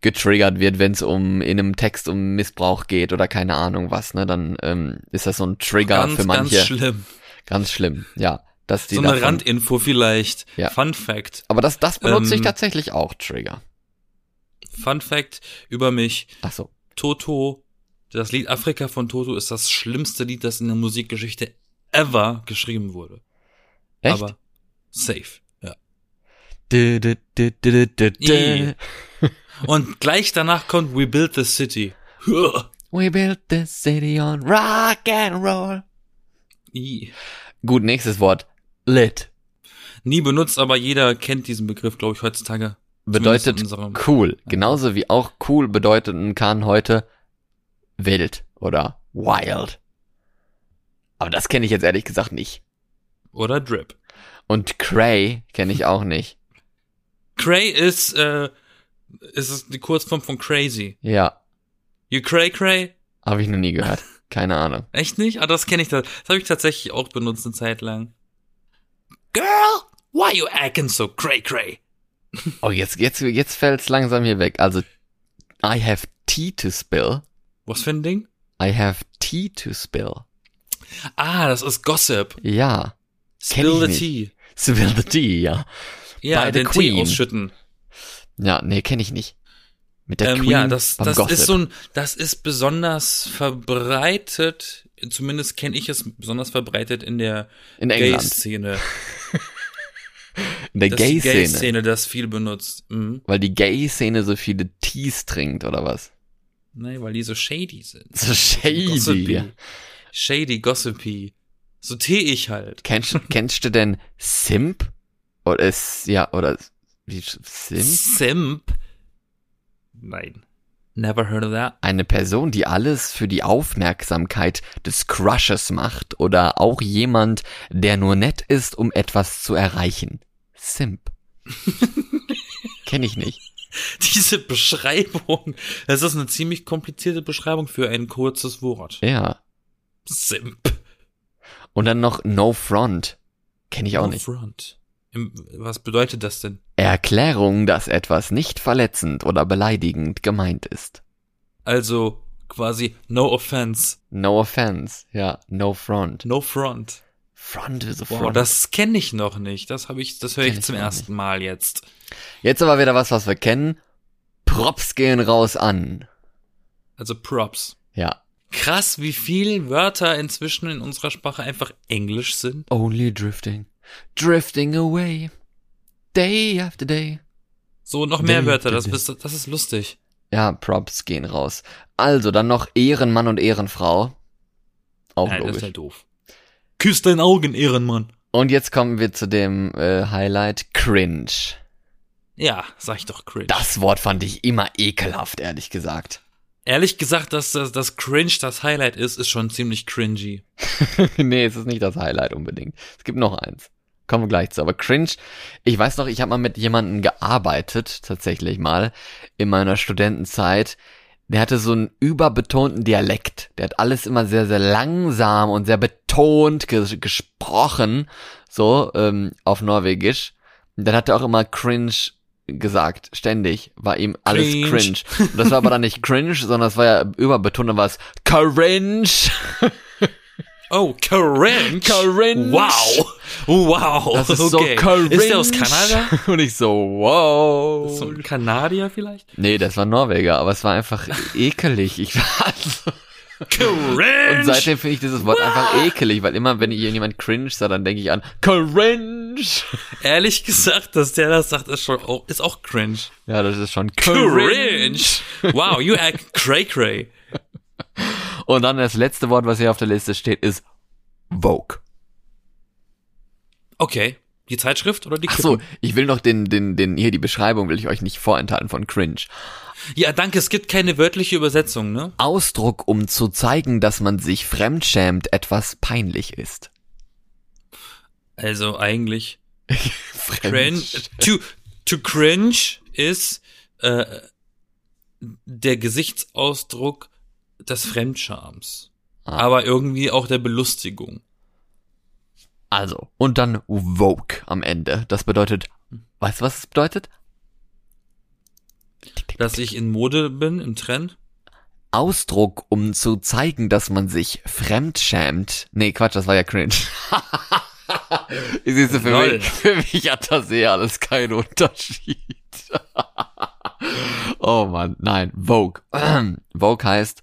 Speaker 2: getriggert wird, wenn es um in einem Text um Missbrauch geht oder keine Ahnung was. Ne, dann ähm, ist das so ein Trigger
Speaker 1: Ganz,
Speaker 2: für manche.
Speaker 1: ganz schlimm.
Speaker 2: Ganz schlimm. Ja, dass die
Speaker 1: So eine
Speaker 2: davon-
Speaker 1: Randinfo vielleicht.
Speaker 2: Ja.
Speaker 1: Fun Fact.
Speaker 2: Aber das, das benutze ich
Speaker 1: Ähm,
Speaker 2: tatsächlich auch, Trigger.
Speaker 1: Fun Fact über mich.
Speaker 2: Ach so.
Speaker 1: Toto, das Lied Afrika von Toto ist das schlimmste Lied, das in der Musikgeschichte ever geschrieben wurde.
Speaker 2: Echt?
Speaker 1: Aber safe. Ja.
Speaker 2: Dü, dü, dü, dü, dü, dü.
Speaker 1: I. Und gleich danach kommt We Build the City. Huah.
Speaker 2: We built this city on rock and roll.
Speaker 1: I.
Speaker 2: Gut, nächstes Wort. Lit.
Speaker 1: Nie benutzt, aber jeder kennt diesen Begriff, glaube ich, heutzutage. Zumindest in
Speaker 2: Bedeutet
Speaker 1: unserem-
Speaker 2: cool. Genauso wie auch cool bedeuten kann heute wild oder wild. Aber das kenne ich jetzt ehrlich gesagt nicht.
Speaker 1: Oder Drip.
Speaker 2: Und cray kenne ich auch nicht.
Speaker 1: Cray ist, äh, ist es die Kurzform von crazy.
Speaker 2: Ja,
Speaker 1: You cray cray?
Speaker 2: habe ich noch nie gehört. Keine Ahnung.
Speaker 1: Echt nicht? Ah, das kenne ich. Das, das habe ich tatsächlich auch benutzt eine Zeit lang. Girl, why you acting so cray cray?
Speaker 2: Oh, jetzt, jetzt, jetzt fällt's langsam hier weg. Also, I have tea to spill.
Speaker 1: Was für ein Ding?
Speaker 2: I have tea to spill.
Speaker 1: Ah, das ist Gossip.
Speaker 2: Ja. Kenn
Speaker 1: Spill the
Speaker 2: ich
Speaker 1: tea.
Speaker 2: Spill the tea, ja.
Speaker 1: Ja,
Speaker 2: By the
Speaker 1: den
Speaker 2: Queen.
Speaker 1: Tee ausschütten.
Speaker 2: Ja, nee, kenne ich nicht. Mit der
Speaker 1: Ähm,
Speaker 2: Queen
Speaker 1: ja, das,
Speaker 2: beim
Speaker 1: das
Speaker 2: Gossip.
Speaker 1: ist so ein, das ist besonders verbreitet, zumindest kenne ich es besonders verbreitet in der
Speaker 2: In England.
Speaker 1: Gay-Szene.
Speaker 2: In der
Speaker 1: Das ist die
Speaker 2: Gay-Szene.
Speaker 1: Gay-Szene, das viel benutzt. Mhm.
Speaker 2: weil die Gay-Szene so viele Tees trinkt, oder was?
Speaker 1: Nee, weil die so shady sind.
Speaker 2: So shady.
Speaker 1: Gossipy. Shady, gossipy. So tee ich halt.
Speaker 2: Kennst, kennst du denn Simp? Oder ist, ja, oder wie sch- Simp?
Speaker 1: Simp? Nein. Never heard of that.
Speaker 2: Eine Person, die alles für die Aufmerksamkeit des Crushes macht oder auch jemand, der nur nett ist, um etwas zu erreichen. Simp. Kenn ich nicht.
Speaker 1: Diese Beschreibung, das ist eine ziemlich komplizierte Beschreibung für ein kurzes Wort.
Speaker 2: Ja.
Speaker 1: Simp.
Speaker 2: Und dann noch No Front. Kenn ich auch
Speaker 1: No
Speaker 2: nicht.
Speaker 1: Front. Im, was bedeutet das denn?
Speaker 2: Erklärung, dass etwas nicht verletzend oder beleidigend gemeint ist.
Speaker 1: Also quasi no offense,
Speaker 2: No offense. Ja, no front.
Speaker 1: no front.
Speaker 2: Front is a
Speaker 1: Wow,
Speaker 2: front.
Speaker 1: das kenne ich noch nicht. Das habe ich, das höre
Speaker 2: Kenn
Speaker 1: ich
Speaker 2: ich
Speaker 1: zum
Speaker 2: auch
Speaker 1: ersten Mal jetzt.
Speaker 2: Jetzt aber wieder was, was wir kennen. Props gehen raus an.
Speaker 1: Also Props.
Speaker 2: Ja.
Speaker 1: Krass, wie viele Wörter inzwischen in unserer Sprache einfach Englisch sind.
Speaker 2: Only drifting. Drifting away. Day after day.
Speaker 1: So noch mehr
Speaker 2: Ding,
Speaker 1: Wörter. Das,
Speaker 2: ding,
Speaker 1: bist, das ist lustig.
Speaker 2: Ja, Props gehen raus. Also, dann noch Ehrenmann und Ehrenfrau. Auch
Speaker 1: Nein, das
Speaker 2: logisch.
Speaker 1: ist halt doof. Küss dein Augen, Ehrenmann.
Speaker 2: Und jetzt kommen wir zu dem äh, Highlight Cringe.
Speaker 1: Ja, sag ich doch cringe.
Speaker 2: Das Wort fand ich immer ekelhaft, ehrlich gesagt.
Speaker 1: Ehrlich gesagt, dass das, das cringe das Highlight ist, ist schon ziemlich cringy.
Speaker 2: nee, es ist nicht das Highlight unbedingt. Es gibt noch eins. Kommen wir gleich zu. Aber cringe, ich weiß noch, ich habe mal mit jemandem gearbeitet, tatsächlich mal, in meiner Studentenzeit. Der hatte so einen überbetonten Dialekt. Der hat alles immer sehr, sehr langsam und sehr betont ges gesprochen, so ähm, auf Norwegisch. Und dann hat er auch immer cringe gesagt, ständig, war ihm alles
Speaker 1: Cringe.
Speaker 2: cringe. Und das war aber dann nicht cringe, sondern das war ja überbetont, dann war es cringe.
Speaker 1: Oh, cringe.
Speaker 2: Cringe.
Speaker 1: Wow. Wow.
Speaker 2: Das ist
Speaker 1: okay.
Speaker 2: so cringe.
Speaker 1: Ist der aus Kanada?
Speaker 2: Und ich so, wow.
Speaker 1: So ein Kanadier vielleicht?
Speaker 2: nee, das war Norweger, aber es war einfach ekelig. Ich war so,
Speaker 1: Cringe.
Speaker 2: und seitdem finde ich dieses Wort einfach ekelig, weil immer, wenn ich irgendjemand cringe sah, dann denke ich an cringe.
Speaker 1: Ehrlich gesagt, dass der das sagt, ist schon auch, ist auch cringe.
Speaker 2: Ja, das ist schon
Speaker 1: Cringe.
Speaker 2: cringe.
Speaker 1: Wow, you act cray cray.
Speaker 2: Und dann das letzte Wort, was hier auf der Liste steht, ist Vogue.
Speaker 1: Okay, die Zeitschrift oder die
Speaker 2: Ach
Speaker 1: Kippen?
Speaker 2: so, ich will noch den, den, den, hier die Beschreibung will ich euch nicht vorenthalten von cringe.
Speaker 1: Ja, danke, es gibt keine wörtliche Übersetzung, ne?
Speaker 2: Ausdruck, um zu zeigen, dass man sich fremdschämt, etwas peinlich ist.
Speaker 1: Also eigentlich cringe.
Speaker 2: Fremdschämen.
Speaker 1: To, to cringe ist äh, der Gesichtsausdruck des Fremdschams.
Speaker 2: Ah.
Speaker 1: Aber irgendwie auch der Belustigung.
Speaker 2: Also, und dann woke am Ende. Das bedeutet, weißt du, was es bedeutet?
Speaker 1: Dass ich in Mode bin, im Trend.
Speaker 2: Ausdruck, um zu zeigen, dass man sich fremdschämt. Nee, Quatsch, das war ja cringe. Siehst du, für,
Speaker 1: Lol.
Speaker 2: mich, für mich hat das eh alles keinen Unterschied. oh Mann, nein, Vogue. Vogue heißt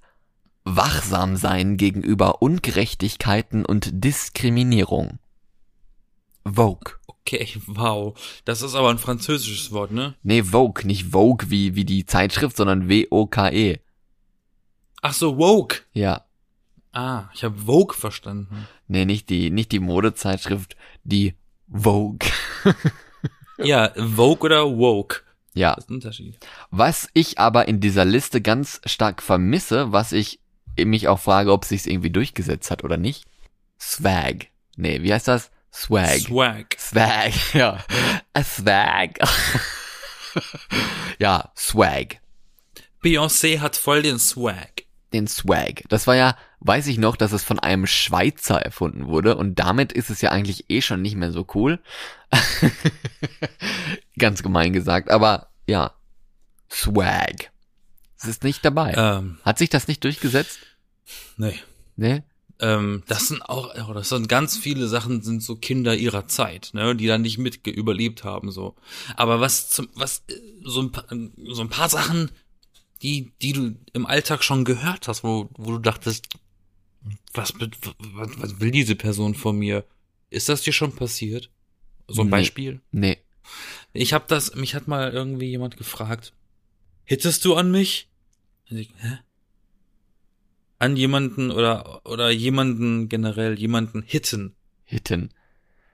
Speaker 2: wachsam sein gegenüber Ungerechtigkeiten und Diskriminierung. Vogue.
Speaker 1: Okay, wow. Das ist aber ein französisches Wort, ne?
Speaker 2: Nee, Vogue, nicht Vogue wie, wie die Zeitschrift, sondern W-O-K-E.
Speaker 1: Ach so, woke.
Speaker 2: Ja.
Speaker 1: Ah, ich habe woke verstanden.
Speaker 2: Nee, nicht die, nicht die Modezeitschrift, die Vogue.
Speaker 1: Ja, woke oder woke.
Speaker 2: Ja.
Speaker 1: Das ist ein Unterschied.
Speaker 2: Was ich aber in dieser Liste ganz stark vermisse, was ich mich auch frage, ob sich's irgendwie durchgesetzt hat oder nicht. Swag. Nee, wie heißt das? Swag.
Speaker 1: Swag.
Speaker 2: Swag, ja. A swag. ja, Swag.
Speaker 1: Beyoncé hat voll den Swag.
Speaker 2: Den Swag. Das war ja, weiß ich noch, dass es von einem Schweizer erfunden wurde und damit ist es ja eigentlich eh schon nicht mehr so cool. Ganz gemein gesagt, aber ja. Swag. Es ist nicht dabei.
Speaker 1: Ähm,
Speaker 2: Hat sich das nicht durchgesetzt?
Speaker 1: nee.
Speaker 2: Nee?
Speaker 1: Ähm, das sind auch, oh, das sind ganz viele Sachen, sind so Kinder ihrer Zeit, ne, die da nicht mit ge- überlebt haben, so. Aber was zum, was, äh, so ein paar, so ein paar Sachen, die, die du im Alltag schon gehört hast, wo, wo du dachtest, was, be- was, was will diese Person von mir? Ist das dir schon passiert? So ein
Speaker 2: Nee.
Speaker 1: Beispiel?
Speaker 2: Nee.
Speaker 1: Ich habe das, mich hat mal irgendwie jemand gefragt, hittest du an mich? Und ich, hä? An jemanden oder oder jemanden generell, jemanden hitten.
Speaker 2: Hitten.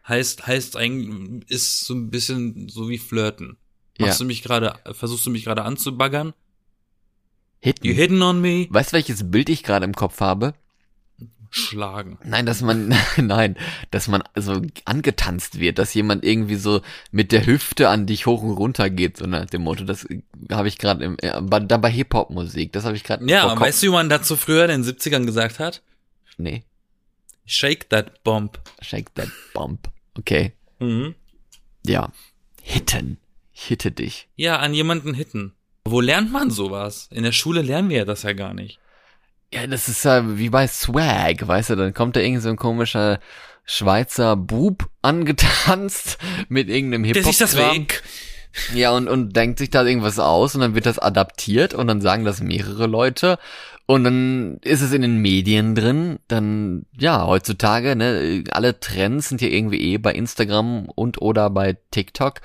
Speaker 1: Heißt, heißt eigentlich, ist so ein bisschen so wie flirten.
Speaker 2: Ja.
Speaker 1: Machst du mich gerade, versuchst du mich gerade anzubaggern? You
Speaker 2: Hitten.
Speaker 1: hitting on me?
Speaker 2: Weißt du, welches Bild ich gerade im Kopf habe?
Speaker 1: Schlagen.
Speaker 2: Nein, dass man, nein, dass man so angetanzt wird, dass jemand irgendwie so mit der Hüfte an dich hoch und runter geht, so nach dem Motto, das äh, habe ich gerade im, äh, bei- da bei Hip-Hop-Musik, das habe ich gerade
Speaker 1: Ja,
Speaker 2: vor
Speaker 1: und
Speaker 2: Kopf.
Speaker 1: weißt du, wie man dazu früher in den 70ern gesagt hat?
Speaker 2: Nee,
Speaker 1: Shake that bomb.
Speaker 2: shake that bump. Okay,
Speaker 1: Mhm.
Speaker 2: ja. Hitten. Hitte dich.
Speaker 1: Ja, an jemanden hitten. Wo lernt man sowas? In der Schule lernen wir ja das ja gar nicht.
Speaker 2: Ja, das ist ja wie bei Swag, weißt du, dann kommt da irgend so ein komischer Schweizer Bub angetanzt mit irgendeinem hip
Speaker 1: Der
Speaker 2: hop
Speaker 1: sich das weg.
Speaker 2: Ja, und, und denkt sich da irgendwas aus und dann wird das adaptiert und dann sagen das mehrere Leute und dann ist es in den Medien drin. Dann, ja, heutzutage, ne, alle Trends sind ja irgendwie eh bei Instagram und oder bei TikTok.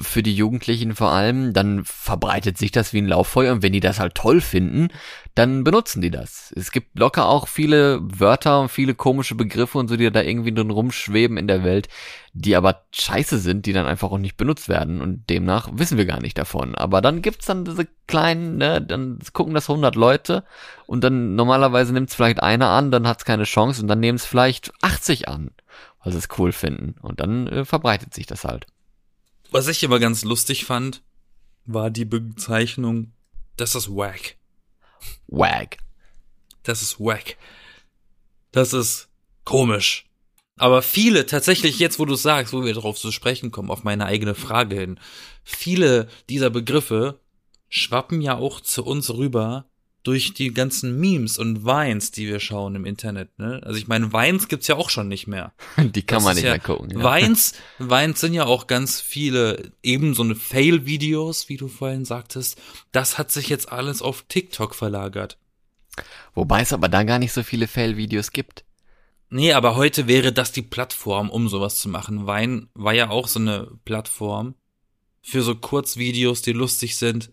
Speaker 2: Für die Jugendlichen vor allem, dann verbreitet sich das wie ein Lauffeuer und wenn die das halt toll finden, dann benutzen die das. Es gibt locker auch viele Wörter und viele komische Begriffe und so, die da irgendwie drin rumschweben in der Welt, die aber scheiße sind, die dann einfach auch nicht benutzt werden und demnach wissen wir gar nicht davon. Aber dann gibt's dann diese kleinen, ne, dann gucken das 100 Leute und dann normalerweise nimmt's vielleicht einer an, dann hat's keine Chance und dann nehmen's vielleicht 80 an, weil sie es cool finden und dann äh, verbreitet sich das halt.
Speaker 1: Was ich immer ganz lustig fand, war die Bezeichnung, das ist wack.
Speaker 2: Wag.
Speaker 1: Das ist wack. Das ist komisch. Aber viele, tatsächlich jetzt, wo du es sagst, wo wir drauf zu sprechen kommen, auf meine eigene Frage hin, viele dieser Begriffe schwappen ja auch zu uns rüber durch die ganzen Memes und Vines, die wir schauen im Internet. Ne? Also ich meine, Vines gibt's ja auch schon nicht mehr.
Speaker 2: Die kann
Speaker 1: Das
Speaker 2: man
Speaker 1: ist
Speaker 2: nicht
Speaker 1: ja
Speaker 2: mehr gucken. ja.
Speaker 1: Weins, Weins sind ja auch ganz viele eben so eine Fail-Videos, wie du vorhin sagtest. Das hat sich jetzt alles auf TikTok verlagert.
Speaker 2: Wobei es aber da gar nicht so viele Fail-Videos gibt.
Speaker 1: Nee, aber heute wäre das die Plattform, um sowas zu machen. Wein war ja auch so eine Plattform für so Kurzvideos, die lustig sind.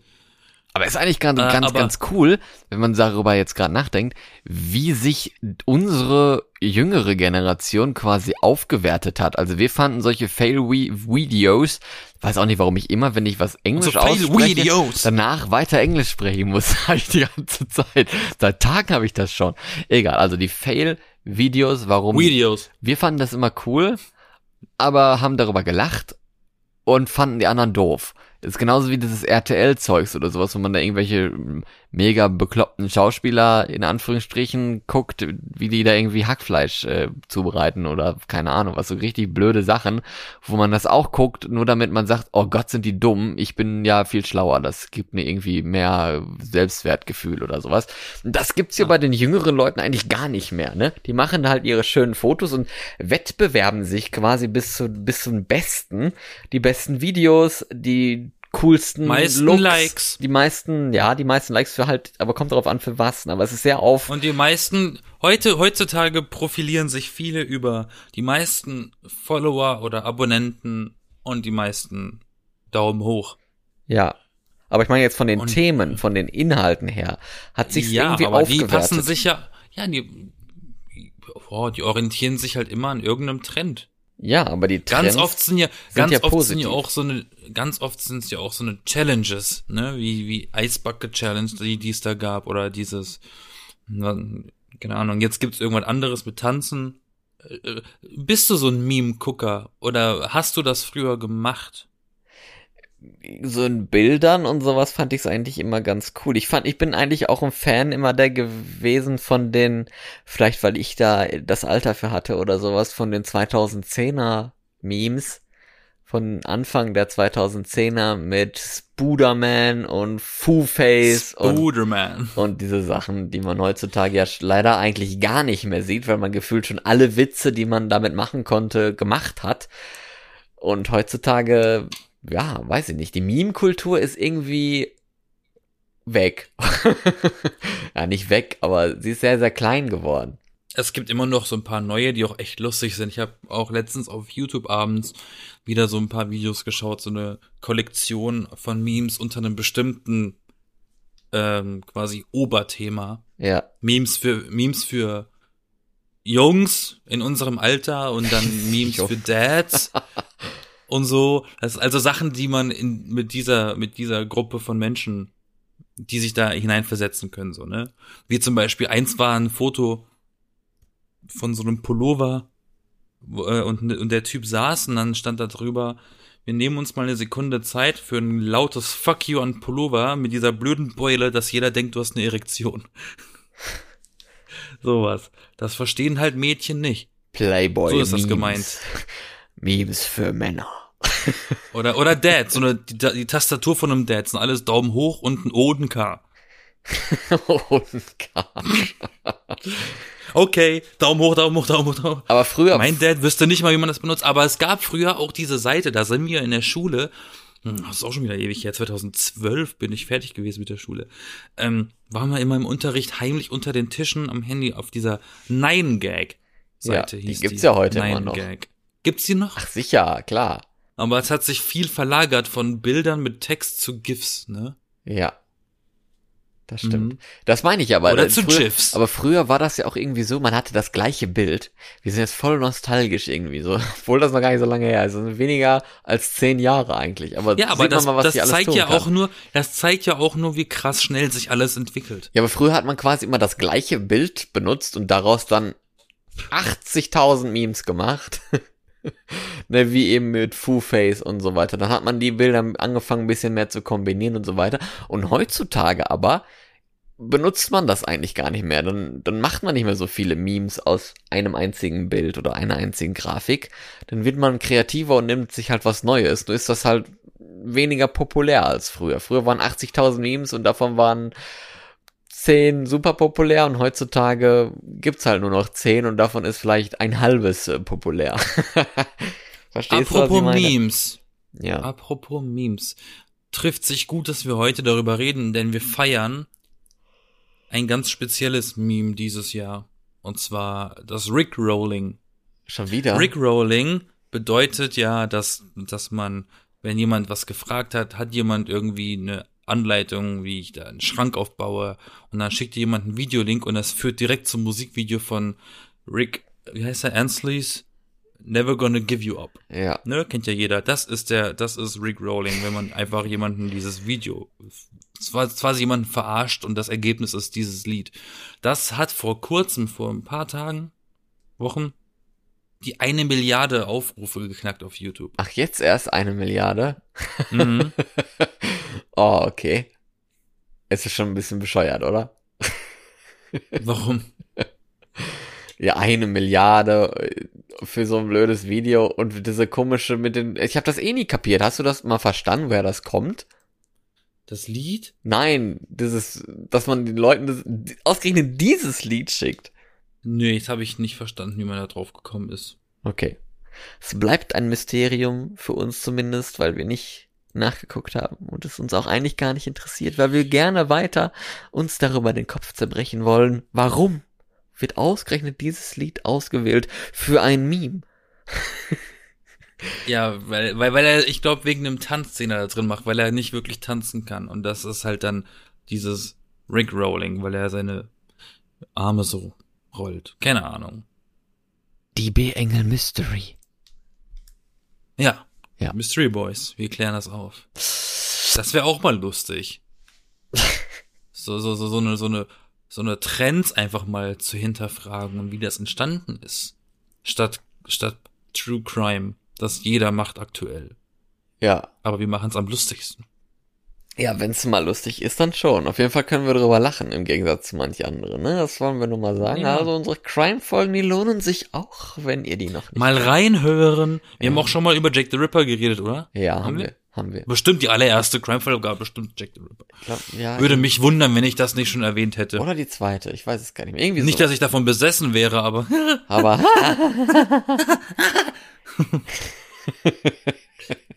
Speaker 2: Aber ist eigentlich ganz,
Speaker 1: Äh,
Speaker 2: ganz,
Speaker 1: aber-
Speaker 2: ganz cool, wenn man darüber jetzt gerade nachdenkt, wie sich unsere jüngere Generation quasi aufgewertet hat. Also wir fanden solche Fail-Videos, weiß auch nicht, warum ich immer, wenn ich was Englisch
Speaker 1: So
Speaker 2: ausspreche,
Speaker 1: Fail-Videos.
Speaker 2: danach weiter Englisch sprechen muss, sag ich die ganze Zeit. Seit Tagen habe ich das schon. Egal, also die Fail-Videos, warum
Speaker 1: Videos.
Speaker 2: wir fanden das immer cool, aber haben darüber gelacht und fanden die anderen doof. Das ist genauso wie dieses RTL-Zeugs oder sowas, wo man da irgendwelche mm, mega bekloppten Schauspieler in Anführungsstrichen guckt, wie die da irgendwie Hackfleisch äh, zubereiten oder keine Ahnung, was so richtig blöde Sachen, wo man das auch guckt, nur damit man sagt, oh Gott, sind die dumm, ich bin ja viel schlauer, das gibt mir irgendwie mehr Selbstwertgefühl oder sowas. Das gibt's hier bei den jüngeren Leuten eigentlich gar nicht mehr, ne? Die machen halt ihre schönen Fotos und wettbewerben sich quasi bis zu bis zum besten, die besten Videos, die coolsten
Speaker 1: Meisten
Speaker 2: Looks,
Speaker 1: Likes.
Speaker 2: Die meisten, ja, die meisten Likes für halt, aber kommt darauf an, für was. ne? Aber es ist sehr auf.
Speaker 1: Und die meisten, heute, heutzutage profilieren sich viele über die meisten Follower oder Abonnenten und die meisten Daumen hoch.
Speaker 2: ja. Aber ich meine jetzt von den
Speaker 1: Und-
Speaker 2: Themen, von den Inhalten her, hat sich
Speaker 1: ja,
Speaker 2: irgendwie
Speaker 1: aber die
Speaker 2: aufgewertet.
Speaker 1: passen sich ja, ja, die, boah, die orientieren sich halt immer an irgendeinem Trend.
Speaker 2: ja, aber die
Speaker 1: Ganz
Speaker 2: Trends,
Speaker 1: oft sind ja, ganz
Speaker 2: ja
Speaker 1: oft sind
Speaker 2: positiv.
Speaker 1: ja auch so eine, ganz oft sind es ja auch so eine Challenges, ne, wie, wie Eisbucket Challenge, die, die es da gab, oder dieses, na, keine Ahnung, jetzt gibt's irgendwas anderes mit Tanzen. Äh, Bist du so ein Meme-Gucker oder hast du das früher gemacht?
Speaker 2: so in Bildern und sowas fand ich es eigentlich immer ganz cool. Ich fand, ich bin eigentlich auch ein Fan immer der gewesen von den, vielleicht weil ich da das Alter für hatte oder sowas, von den 2010er Memes. Von Anfang der 2010er mit Spooderman und Foo-Face und,
Speaker 1: Spider-Man.
Speaker 2: und diese Sachen, die man heutzutage ja sch- leider eigentlich gar nicht mehr sieht, weil man gefühlt schon alle Witze, die man damit machen konnte, gemacht hat. Und heutzutage, ja, weiß ich nicht, die Meme-Kultur ist irgendwie weg. ja, nicht weg, aber sie ist sehr, sehr klein geworden.
Speaker 1: Es gibt immer noch so ein paar neue, die auch echt lustig sind. Ich habe auch letztens auf YouTube abends wieder so ein paar Videos geschaut, so eine Kollektion von Memes unter einem bestimmten ähm, quasi Oberthema.
Speaker 2: Ja,
Speaker 1: Memes für Memes für Jungs in unserem Alter und dann Memes
Speaker 2: Jungs.
Speaker 1: für Dads und so. Das ist also Sachen, die man in, mit dieser mit dieser Gruppe von Menschen, die sich da hineinversetzen können, so ne. Wie zum Beispiel eins war ein Foto von so einem Pullover wo, äh, und und der Typ saß und dann stand da drüber. Wir nehmen uns mal eine Sekunde Zeit für ein lautes Fuck you an Pullover mit dieser blöden Beule, dass jeder denkt, du hast eine Erektion. Sowas. Das verstehen halt Mädchen nicht.
Speaker 2: Playboy.
Speaker 1: So ist das
Speaker 2: Memes.
Speaker 1: gemeint.
Speaker 2: Memes für Männer.
Speaker 1: Oder, oder Dads, oder die, die Tastatur von einem Dads und alles Daumen hoch und ein O und ein K.
Speaker 2: und Karten.
Speaker 1: Okay, Daumen hoch, Daumen hoch, Daumen hoch, Daumen hoch.
Speaker 2: aber früher,
Speaker 1: Mein Dad wüsste nicht mal, wie man das benutzt, aber es gab früher auch diese Seite, da sind wir in der Schule, hm, das ist auch schon wieder ewig her, 2012 bin ich fertig gewesen mit der Schule, ähm, waren wir immer im Unterricht heimlich unter den Tischen am Handy auf dieser Nein-Gag-Seite
Speaker 2: Ja, die
Speaker 1: hieß
Speaker 2: gibt's ja heute immer
Speaker 1: Nein
Speaker 2: noch.
Speaker 1: Gag. Gibt's die noch?
Speaker 2: ach sicher, klar.
Speaker 1: Aber es hat sich viel verlagert von Bildern mit Text zu GIFs, ne?
Speaker 2: Ja. Das stimmt.
Speaker 1: Mhm.
Speaker 2: Das meine ich aber.
Speaker 1: Oder
Speaker 2: Äh,
Speaker 1: zu
Speaker 2: früher,
Speaker 1: GIFs.
Speaker 2: Aber früher war das ja auch irgendwie so, man hatte das gleiche Bild. Wir sind jetzt voll nostalgisch irgendwie so, obwohl das noch gar nicht so lange her ist. Das sind weniger als zehn Jahre eigentlich. Aber
Speaker 1: Ja, aber
Speaker 2: sieht
Speaker 1: das,
Speaker 2: man mal, was
Speaker 1: das
Speaker 2: die alles
Speaker 1: zeigt
Speaker 2: tun
Speaker 1: ja
Speaker 2: kann.
Speaker 1: auch nur, das zeigt ja auch nur, wie krass schnell sich alles entwickelt.
Speaker 2: Ja, aber früher hat man quasi immer das gleiche Bild benutzt und daraus dann 80.000 Memes gemacht. ne, wie eben mit Foo-Face und so weiter. Dann hat man die Bilder angefangen, ein bisschen mehr zu kombinieren und so weiter. Und heutzutage aber benutzt man das eigentlich gar nicht mehr. Dann, dann macht man nicht mehr so viele Memes aus einem einzigen Bild oder einer einzigen Grafik. Dann wird man kreativer und nimmt sich halt was Neues. Nur ist das halt weniger populär als früher. Früher waren 80.000 Memes und davon waren 10 super populär und heutzutage gibt's halt nur noch 10 und davon ist vielleicht ein halbes äh, populär. Verstehst du, was ich
Speaker 1: Apropos
Speaker 2: meine?
Speaker 1: Memes.
Speaker 2: Ja.
Speaker 1: Apropos Memes. Trifft sich gut, dass wir heute darüber reden, denn wir feiern ein ganz spezielles Meme dieses Jahr. Und zwar das Rickrolling.
Speaker 2: Schon wieder.
Speaker 1: Rickrolling bedeutet ja, dass, dass man, wenn jemand was gefragt hat, hat jemand irgendwie eine Anleitung, wie ich da einen Schrank aufbaue und dann schickt dir jemand einen Videolink und das führt direkt zum Musikvideo von Rick, wie heißt er, Ansleys? Never gonna give you up.
Speaker 2: ja.
Speaker 1: Ne, kennt ja jeder. Das ist der, das ist Rick Rolling, wenn man einfach jemanden dieses Video, zwar, zwar sie jemanden verarscht und das Ergebnis ist dieses Lied. Das hat vor kurzem, vor ein paar Tagen, Wochen, die eine Milliarde Aufrufe geknackt auf YouTube.
Speaker 2: Ach, jetzt erst eine Milliarde?
Speaker 1: Mhm.
Speaker 2: oh, okay. Es ist schon ein bisschen bescheuert, oder?
Speaker 1: Warum?
Speaker 2: Ja, eine Milliarde äh, für so ein blödes Video und diese komische mit den. Ich habe das eh nie kapiert. Hast du das mal verstanden, woher das kommt?
Speaker 1: Das Lied?
Speaker 2: Nein, dieses, dass man den Leuten das, die- ausgerechnet dieses Lied schickt.
Speaker 1: Nee, jetzt habe ich nicht verstanden, wie man da drauf gekommen ist.
Speaker 2: Okay. Es bleibt ein Mysterium für uns zumindest, weil wir nicht nachgeguckt haben und es uns auch eigentlich gar nicht interessiert, weil wir gerne weiter uns darüber den Kopf zerbrechen wollen. Warum wird ausgerechnet dieses Lied ausgewählt für ein Meme?
Speaker 1: Ja, weil, weil, weil er, ich glaube, wegen einem Tanz, den er da drin macht, weil er nicht wirklich tanzen kann. Und das ist halt dann dieses Rig-Rolling, weil er seine Arme so rollt. Keine Ahnung.
Speaker 2: Die B-Engel Mystery.
Speaker 1: Ja.
Speaker 2: Ja.
Speaker 1: Mystery Boys, wir klären das auf. Das wäre auch mal lustig. So, so, so, so eine, so eine, so eine Trends einfach mal zu hinterfragen und wie das entstanden ist. Statt, statt True Crime, das jeder macht aktuell.
Speaker 2: Ja.
Speaker 1: Aber wir machen es am lustigsten.
Speaker 2: Ja, wenn es mal lustig ist, dann schon. Auf jeden Fall können wir darüber lachen, im Gegensatz zu manch anderen. Ne? Das wollen wir nur mal sagen.
Speaker 1: Ja.
Speaker 2: Also unsere Crime-Folgen, die lohnen sich auch, wenn ihr die noch nicht.
Speaker 1: Mal reinhören. Wir
Speaker 2: Ja.
Speaker 1: haben auch schon mal über Jack the Ripper geredet, oder?
Speaker 2: ja, haben
Speaker 1: Haben
Speaker 2: wir.
Speaker 1: wir?
Speaker 2: Haben wir.
Speaker 1: Bestimmt die allererste Crime-Folge gab bestimmt Jack the Ripper.
Speaker 2: Ich glaub, ja,
Speaker 1: Würde mich wundern, wenn ich das nicht schon erwähnt hätte.
Speaker 2: oder die zweite, ich weiß es gar nicht mehr. Irgendwie
Speaker 1: Nicht,
Speaker 2: so.
Speaker 1: dass ich davon besessen wäre, aber
Speaker 2: Aber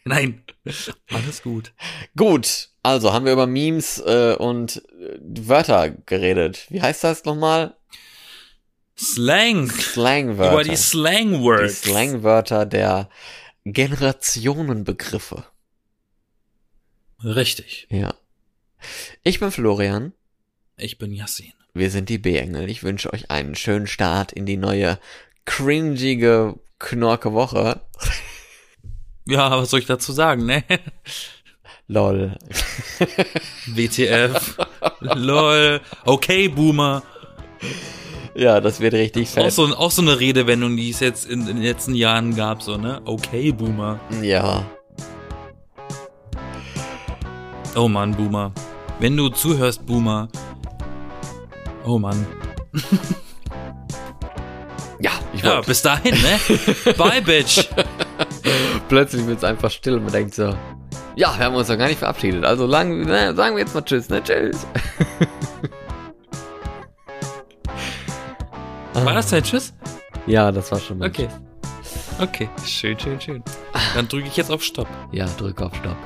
Speaker 1: nein. Alles gut.
Speaker 2: gut, also haben wir über Memes äh, und äh, Wörter geredet. Wie heißt das nochmal?
Speaker 1: Slang.
Speaker 2: Slangwörter.
Speaker 1: Über die
Speaker 2: Die
Speaker 1: Slang-Words.
Speaker 2: Slangwörter der Generationenbegriffe.
Speaker 1: Richtig.
Speaker 2: Ja. Ich bin Florian.
Speaker 1: Ich bin Yassin.
Speaker 2: Wir sind die B-Engel. Ich wünsche euch einen schönen Start in die neue cringige Knorke Woche.
Speaker 1: Ja, was soll ich dazu sagen, ne?
Speaker 2: Lol.
Speaker 1: WTF. Lol. Okay, Boomer.
Speaker 2: Ja, das wird richtig
Speaker 1: Auch
Speaker 2: fett.
Speaker 1: so, auch so eine Redewendung, die es jetzt in, in den letzten Jahren gab, so, ne? Okay, Boomer.
Speaker 2: Ja.
Speaker 1: Oh Mann, Boomer. Wenn du zuhörst, Boomer. Oh Mann.
Speaker 2: Ja, ich
Speaker 1: Ja,
Speaker 2: wollte.
Speaker 1: bis dahin, ne? Bye, Bitch.
Speaker 2: Plötzlich wird's einfach still und man denkt so. Ja, wir haben uns doch gar nicht verabschiedet. Also lang, na, sagen wir jetzt mal Tschüss, ne? Tschüss.
Speaker 1: War das dein Tschüss?
Speaker 2: Ja, das war schon mal.
Speaker 1: Okay. Okay. Schön, schön, schön. Dann drücke ich jetzt auf Stopp.
Speaker 2: Ja, drück auf Stopp.